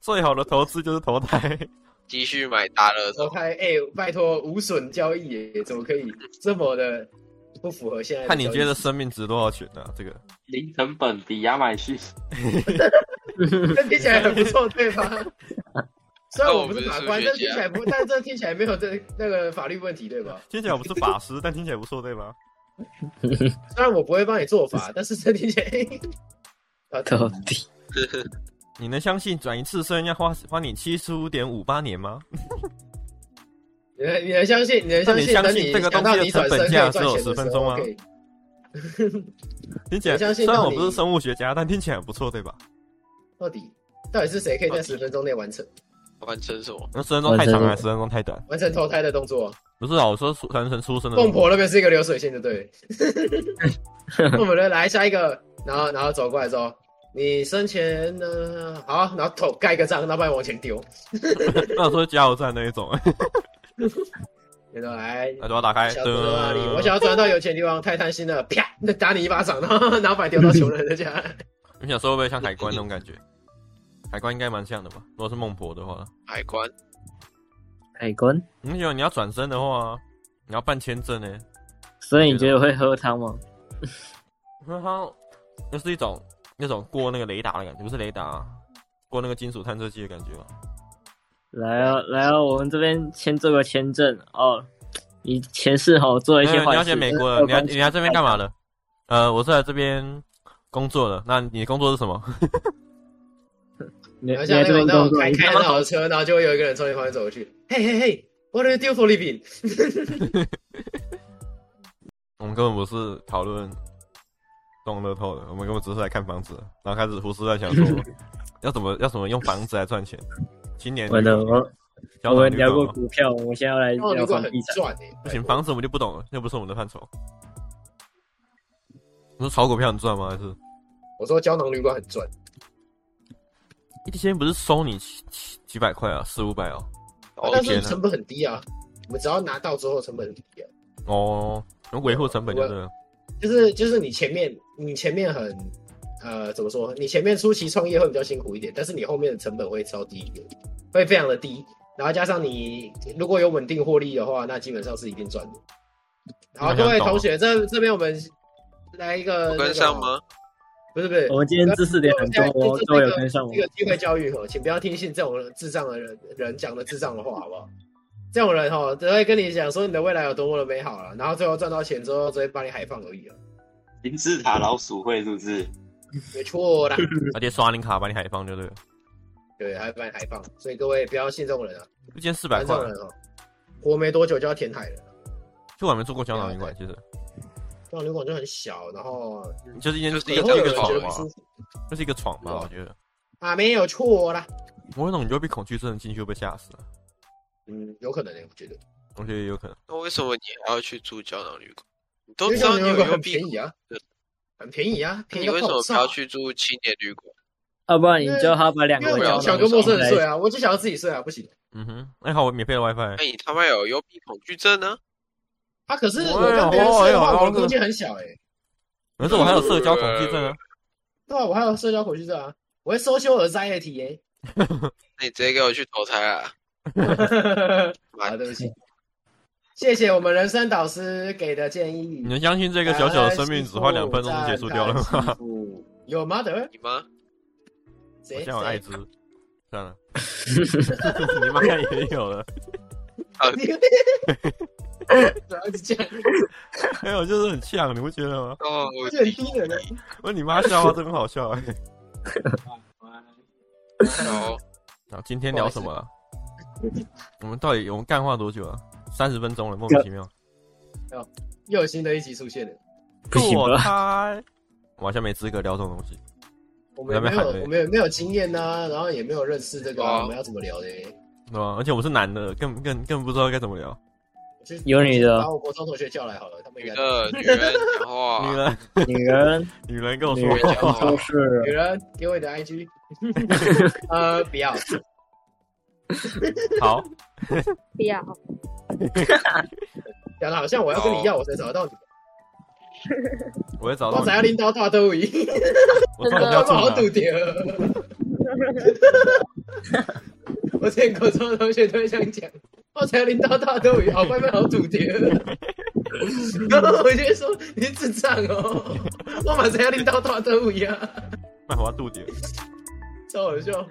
[SPEAKER 2] 最好的投资就是投胎，
[SPEAKER 3] 继续买大乐
[SPEAKER 1] 投
[SPEAKER 3] 透。
[SPEAKER 1] 胎哎，拜托无损交易耶，怎么可以这么的不符合现在的
[SPEAKER 2] 看
[SPEAKER 1] 交易？
[SPEAKER 2] 你觉得生命值多少钱呢？这个
[SPEAKER 5] 零成本比亚马 [LAUGHS] 逊。
[SPEAKER 1] [LAUGHS] 这听起来很不
[SPEAKER 2] [LAUGHS]
[SPEAKER 1] 错，对吧？虽然我不是法官，但
[SPEAKER 3] 那我们是数学家
[SPEAKER 1] 听
[SPEAKER 2] 啊
[SPEAKER 1] 起来不，但这听起来没有这那个法律问题，对吧？
[SPEAKER 2] 听起来我不是法师，但听起来不错，对吗？
[SPEAKER 1] 虽然我不会帮你做法，但是这听
[SPEAKER 2] [LAUGHS]
[SPEAKER 1] 起来， [LAUGHS] 啊，
[SPEAKER 4] 到底
[SPEAKER 2] 你能相信转一次身要花花你七十五点五八年吗？
[SPEAKER 1] 你能你能相信，你能
[SPEAKER 2] 那
[SPEAKER 1] 相
[SPEAKER 2] 你
[SPEAKER 1] 信，
[SPEAKER 2] 相
[SPEAKER 1] 等
[SPEAKER 2] 信
[SPEAKER 1] 你
[SPEAKER 2] 这个
[SPEAKER 1] 想到
[SPEAKER 2] 东
[SPEAKER 1] 你
[SPEAKER 2] 西的
[SPEAKER 1] 转身可
[SPEAKER 2] 成本
[SPEAKER 1] 以
[SPEAKER 2] 价
[SPEAKER 1] 赚
[SPEAKER 2] 只有
[SPEAKER 1] 钱
[SPEAKER 2] 10
[SPEAKER 1] 的
[SPEAKER 2] 分
[SPEAKER 1] 时
[SPEAKER 2] 钟
[SPEAKER 1] 候
[SPEAKER 2] 吗，
[SPEAKER 1] 可以
[SPEAKER 2] 听起来
[SPEAKER 1] 我相
[SPEAKER 2] 虽
[SPEAKER 1] 信
[SPEAKER 2] 然
[SPEAKER 1] 到
[SPEAKER 2] 我
[SPEAKER 1] 底
[SPEAKER 2] 不是生物学家，但听起来很不错，对吧？
[SPEAKER 1] 到底到底是谁可以在十分钟内完成
[SPEAKER 3] 完成什么？
[SPEAKER 2] 那十分钟太长了，十分钟太短。
[SPEAKER 1] 完成投胎的动作？
[SPEAKER 2] 不是啊，我说出传承出生的
[SPEAKER 1] 孟婆那边是一个流水线，就
[SPEAKER 2] [LAUGHS]
[SPEAKER 1] 对了。我们的来下一个，然后然后走过来之后，你生前呢好，然后头盖一个章，然后把你往前丢，
[SPEAKER 2] 那我说加油站那
[SPEAKER 1] [LAUGHS]
[SPEAKER 2] 一种，
[SPEAKER 1] 然后来
[SPEAKER 2] 那就要打
[SPEAKER 4] 哎
[SPEAKER 2] 开。
[SPEAKER 1] 想走到哪里？我想要转到有钱地方，太贪心了，啪，那打你一巴掌，然后然后把你丢到穷人的家。
[SPEAKER 4] [LAUGHS]
[SPEAKER 2] 你想说会不会像海关那种感觉？海关应该蛮像的吧？如果是孟婆的话，
[SPEAKER 3] 海关
[SPEAKER 4] 海关，
[SPEAKER 2] 你想嗯你要转身的话，你要办签证呢。
[SPEAKER 4] 所以你觉得会喝汤吗？
[SPEAKER 2] 然后那是一种那种过那个雷达的感觉，不是雷达、啊，过那个金属探测器的感觉吧？
[SPEAKER 4] 来啊来啊，我们这边先做个签证哦。你前世好做一
[SPEAKER 2] 没
[SPEAKER 4] 些
[SPEAKER 2] 有你
[SPEAKER 4] 坏
[SPEAKER 2] 要
[SPEAKER 4] 事，呃
[SPEAKER 2] 先美国的，你要你来这边干嘛的？呃，我是来这边工作的。那你的工作是什么？ [LAUGHS]
[SPEAKER 4] 你
[SPEAKER 1] 然后
[SPEAKER 4] 你
[SPEAKER 1] 像
[SPEAKER 4] 在
[SPEAKER 1] 那种那
[SPEAKER 4] 这边工
[SPEAKER 1] 种
[SPEAKER 4] 作，
[SPEAKER 1] 开
[SPEAKER 4] 你
[SPEAKER 1] 开
[SPEAKER 4] 他
[SPEAKER 1] 很
[SPEAKER 4] 妈
[SPEAKER 1] 好的车，然后就会有一个人从你旁边走过去，嘿嘿嘿，What do you do for living？
[SPEAKER 2] 我们根本不是讨论中乐透的，我们根本只是来看房子的，然后开始胡思乱想
[SPEAKER 4] [LAUGHS]
[SPEAKER 2] 说要怎么要怎么用房子来赚钱。今年
[SPEAKER 4] 我的我我们聊
[SPEAKER 2] 交通旅馆
[SPEAKER 4] 过
[SPEAKER 2] 吗
[SPEAKER 4] 股票，我们现在要来
[SPEAKER 1] 然后
[SPEAKER 4] 聊
[SPEAKER 1] 如果
[SPEAKER 4] 房
[SPEAKER 1] 很
[SPEAKER 4] 地产。
[SPEAKER 1] 赚哎，
[SPEAKER 2] 不行，房子我们就不懂了，那不是我们的范畴。你说炒股票很赚吗？还是
[SPEAKER 1] 我说胶囊旅馆很赚，
[SPEAKER 2] 一天不是收你几几几百块啊，四五百哦？
[SPEAKER 3] 哦
[SPEAKER 1] 但
[SPEAKER 2] 天
[SPEAKER 1] 是
[SPEAKER 2] 啊
[SPEAKER 1] 成本很低啊，我们只要拿到之后成本很低啊。
[SPEAKER 2] 哦，那维护成本就是了
[SPEAKER 1] 就是就是你前面你前面很呃怎么说？你前面初期创业会比较辛苦一点，但是你后面的成本会超低一点，会非常的低。然后加上你如果有稳定获利的话，那基本上是一定赚的。好，
[SPEAKER 2] 好像
[SPEAKER 1] 各位
[SPEAKER 2] 懂
[SPEAKER 1] 同学，这这边我们来一个
[SPEAKER 3] 有跟上？吗？
[SPEAKER 1] 那个不是不是，
[SPEAKER 4] 我们今天知识点很多哦，各位有跟上我
[SPEAKER 1] 这个机会教育哦，请不要听信这种智障的人人讲的智障的话，好不好？这种人哦，只会跟你讲说你的未来有多么的美好了，然后最后赚到钱之后，只会把你海放而已了。
[SPEAKER 5] 金字塔老鼠会是不是？
[SPEAKER 1] 没错啦，
[SPEAKER 2] 而且啊刷你卡把你海放就对了，
[SPEAKER 1] 对，还会把你海放，所以各位不要信这种人啊，
[SPEAKER 2] 一件四
[SPEAKER 1] 反
[SPEAKER 2] 百
[SPEAKER 1] 正
[SPEAKER 2] 块
[SPEAKER 1] 这，种人哦，活没多久就要填海了。
[SPEAKER 2] 就我还没做过香港旅馆，其实
[SPEAKER 1] 这种旅馆就很小，然后
[SPEAKER 2] 就是一间
[SPEAKER 3] 就是
[SPEAKER 2] 一
[SPEAKER 1] 也
[SPEAKER 2] 个
[SPEAKER 1] 会有
[SPEAKER 2] 一
[SPEAKER 1] 人
[SPEAKER 2] 个
[SPEAKER 1] 觉得
[SPEAKER 2] 床
[SPEAKER 1] 不舒
[SPEAKER 2] 嘛，
[SPEAKER 1] 服
[SPEAKER 2] 就是一个床吧，
[SPEAKER 1] 对啊
[SPEAKER 2] 我觉得。
[SPEAKER 1] 啊，没有错啦，
[SPEAKER 2] 我那种你就会被恐惧症进去会被吓死了，
[SPEAKER 1] 嗯，有可能的，我觉得，
[SPEAKER 2] 我觉得也有可能。
[SPEAKER 3] 那为什么你还要去住胶囊旅馆？你都
[SPEAKER 1] 因为
[SPEAKER 3] 知道
[SPEAKER 1] 这
[SPEAKER 3] 你
[SPEAKER 1] 种旅
[SPEAKER 3] 有
[SPEAKER 1] 馆
[SPEAKER 3] 幽
[SPEAKER 1] 很
[SPEAKER 3] 闭
[SPEAKER 1] 便
[SPEAKER 3] 恐，
[SPEAKER 1] 宜啊
[SPEAKER 3] 对，
[SPEAKER 1] 很便宜啊，便宜
[SPEAKER 3] 你
[SPEAKER 1] 到
[SPEAKER 3] 为什么
[SPEAKER 1] 爆
[SPEAKER 3] 不
[SPEAKER 1] 炸
[SPEAKER 3] 要去住青年旅馆？
[SPEAKER 4] 要啊不然你就要把两
[SPEAKER 1] 因为
[SPEAKER 4] 个
[SPEAKER 1] 我
[SPEAKER 3] 要
[SPEAKER 4] 交
[SPEAKER 1] 想
[SPEAKER 3] 小
[SPEAKER 1] 跟
[SPEAKER 3] 哥
[SPEAKER 1] 陌
[SPEAKER 3] 陌
[SPEAKER 1] 生人
[SPEAKER 3] 生
[SPEAKER 4] 人
[SPEAKER 1] 睡
[SPEAKER 4] 睡
[SPEAKER 1] 啊，我就想要自己睡啊，不行。
[SPEAKER 2] 嗯哼，哎、好，我免费的 WiFi，
[SPEAKER 3] 那你他妈有幽闭恐惧症呢？
[SPEAKER 1] 啊，可是
[SPEAKER 2] 哎
[SPEAKER 1] 我跟别人睡的
[SPEAKER 2] 哎
[SPEAKER 1] 话，
[SPEAKER 2] 呦
[SPEAKER 1] 我的空间很小哎、欸。
[SPEAKER 2] 可是我还有社交恐惧症啊。
[SPEAKER 1] 对啊，我还有社交恐惧症啊，我会 social anxiety 哎、
[SPEAKER 3] 那你直接给我去投胎啊！
[SPEAKER 1] 欸。
[SPEAKER 3] 妈
[SPEAKER 1] 啊，
[SPEAKER 3] 的
[SPEAKER 1] 对不起，谢谢我们人生导师给的建议
[SPEAKER 2] 你。能相信这个小小
[SPEAKER 1] 哎
[SPEAKER 2] 的生命只花两分钟就结束掉了吗？
[SPEAKER 1] 吗？有 mother
[SPEAKER 3] 你妈！
[SPEAKER 1] 谁
[SPEAKER 2] 像我艾
[SPEAKER 1] 谁？
[SPEAKER 2] 滋，算了， [LAUGHS] 你妈也有了。
[SPEAKER 1] 你不要一直 [LAUGHS] 这样，
[SPEAKER 2] 还有哎就是很像，你不觉得吗？
[SPEAKER 3] 哦，我
[SPEAKER 1] 而且很低能的。
[SPEAKER 2] 我你妈笑话真好笑 [LAUGHS] 哎、
[SPEAKER 1] [LAUGHS]
[SPEAKER 3] 操！
[SPEAKER 2] 好，今天聊什么了？啊我们到底我们干话多久啊？三十分钟了，莫名其妙。
[SPEAKER 1] 又有新的一集出现了，
[SPEAKER 4] [LAUGHS] 不行
[SPEAKER 2] 我
[SPEAKER 4] 吧？
[SPEAKER 2] 猜，我好像没资格聊这种东西。
[SPEAKER 1] 我们也没
[SPEAKER 2] 在那边
[SPEAKER 1] 有
[SPEAKER 2] 喊，对
[SPEAKER 1] 我们也没有经验呐、然后也没有认识这个啊、
[SPEAKER 3] 哦
[SPEAKER 1] 我们要怎么聊的、欸？
[SPEAKER 2] 对吧？而且我们是男的，更更更不知道该怎么聊。
[SPEAKER 1] 我去
[SPEAKER 4] 有女的
[SPEAKER 1] 把我国中同学叫来好了，他们
[SPEAKER 3] 女
[SPEAKER 1] 应该
[SPEAKER 3] 的，女人讲话，
[SPEAKER 2] 女人，
[SPEAKER 4] 女人，
[SPEAKER 2] 女人跟我
[SPEAKER 4] 女
[SPEAKER 2] 说
[SPEAKER 4] 人
[SPEAKER 3] 讲话
[SPEAKER 1] [LAUGHS]
[SPEAKER 2] 话，
[SPEAKER 4] 都是
[SPEAKER 1] 女人，给我你的 IG。呃，不要，
[SPEAKER 2] [LAUGHS] 好，
[SPEAKER 6] 不要，
[SPEAKER 1] 讲的好像我要跟你要，我才找得到你。
[SPEAKER 2] 我会找
[SPEAKER 1] 我
[SPEAKER 2] 到
[SPEAKER 1] 才要
[SPEAKER 2] 你。
[SPEAKER 1] 拎刀大兜鱼，
[SPEAKER 2] 我差点要中
[SPEAKER 1] 好
[SPEAKER 2] 了
[SPEAKER 1] 赌。碟。
[SPEAKER 2] [LAUGHS]
[SPEAKER 1] 我之前高中的同学都会这样讲，我才要拎刀大兜鱼，好外面好赌碟。然后我就会说你是智障哦，我马上要拎刀大兜鱼啊，
[SPEAKER 2] 那我要肚子。
[SPEAKER 1] 超好笑。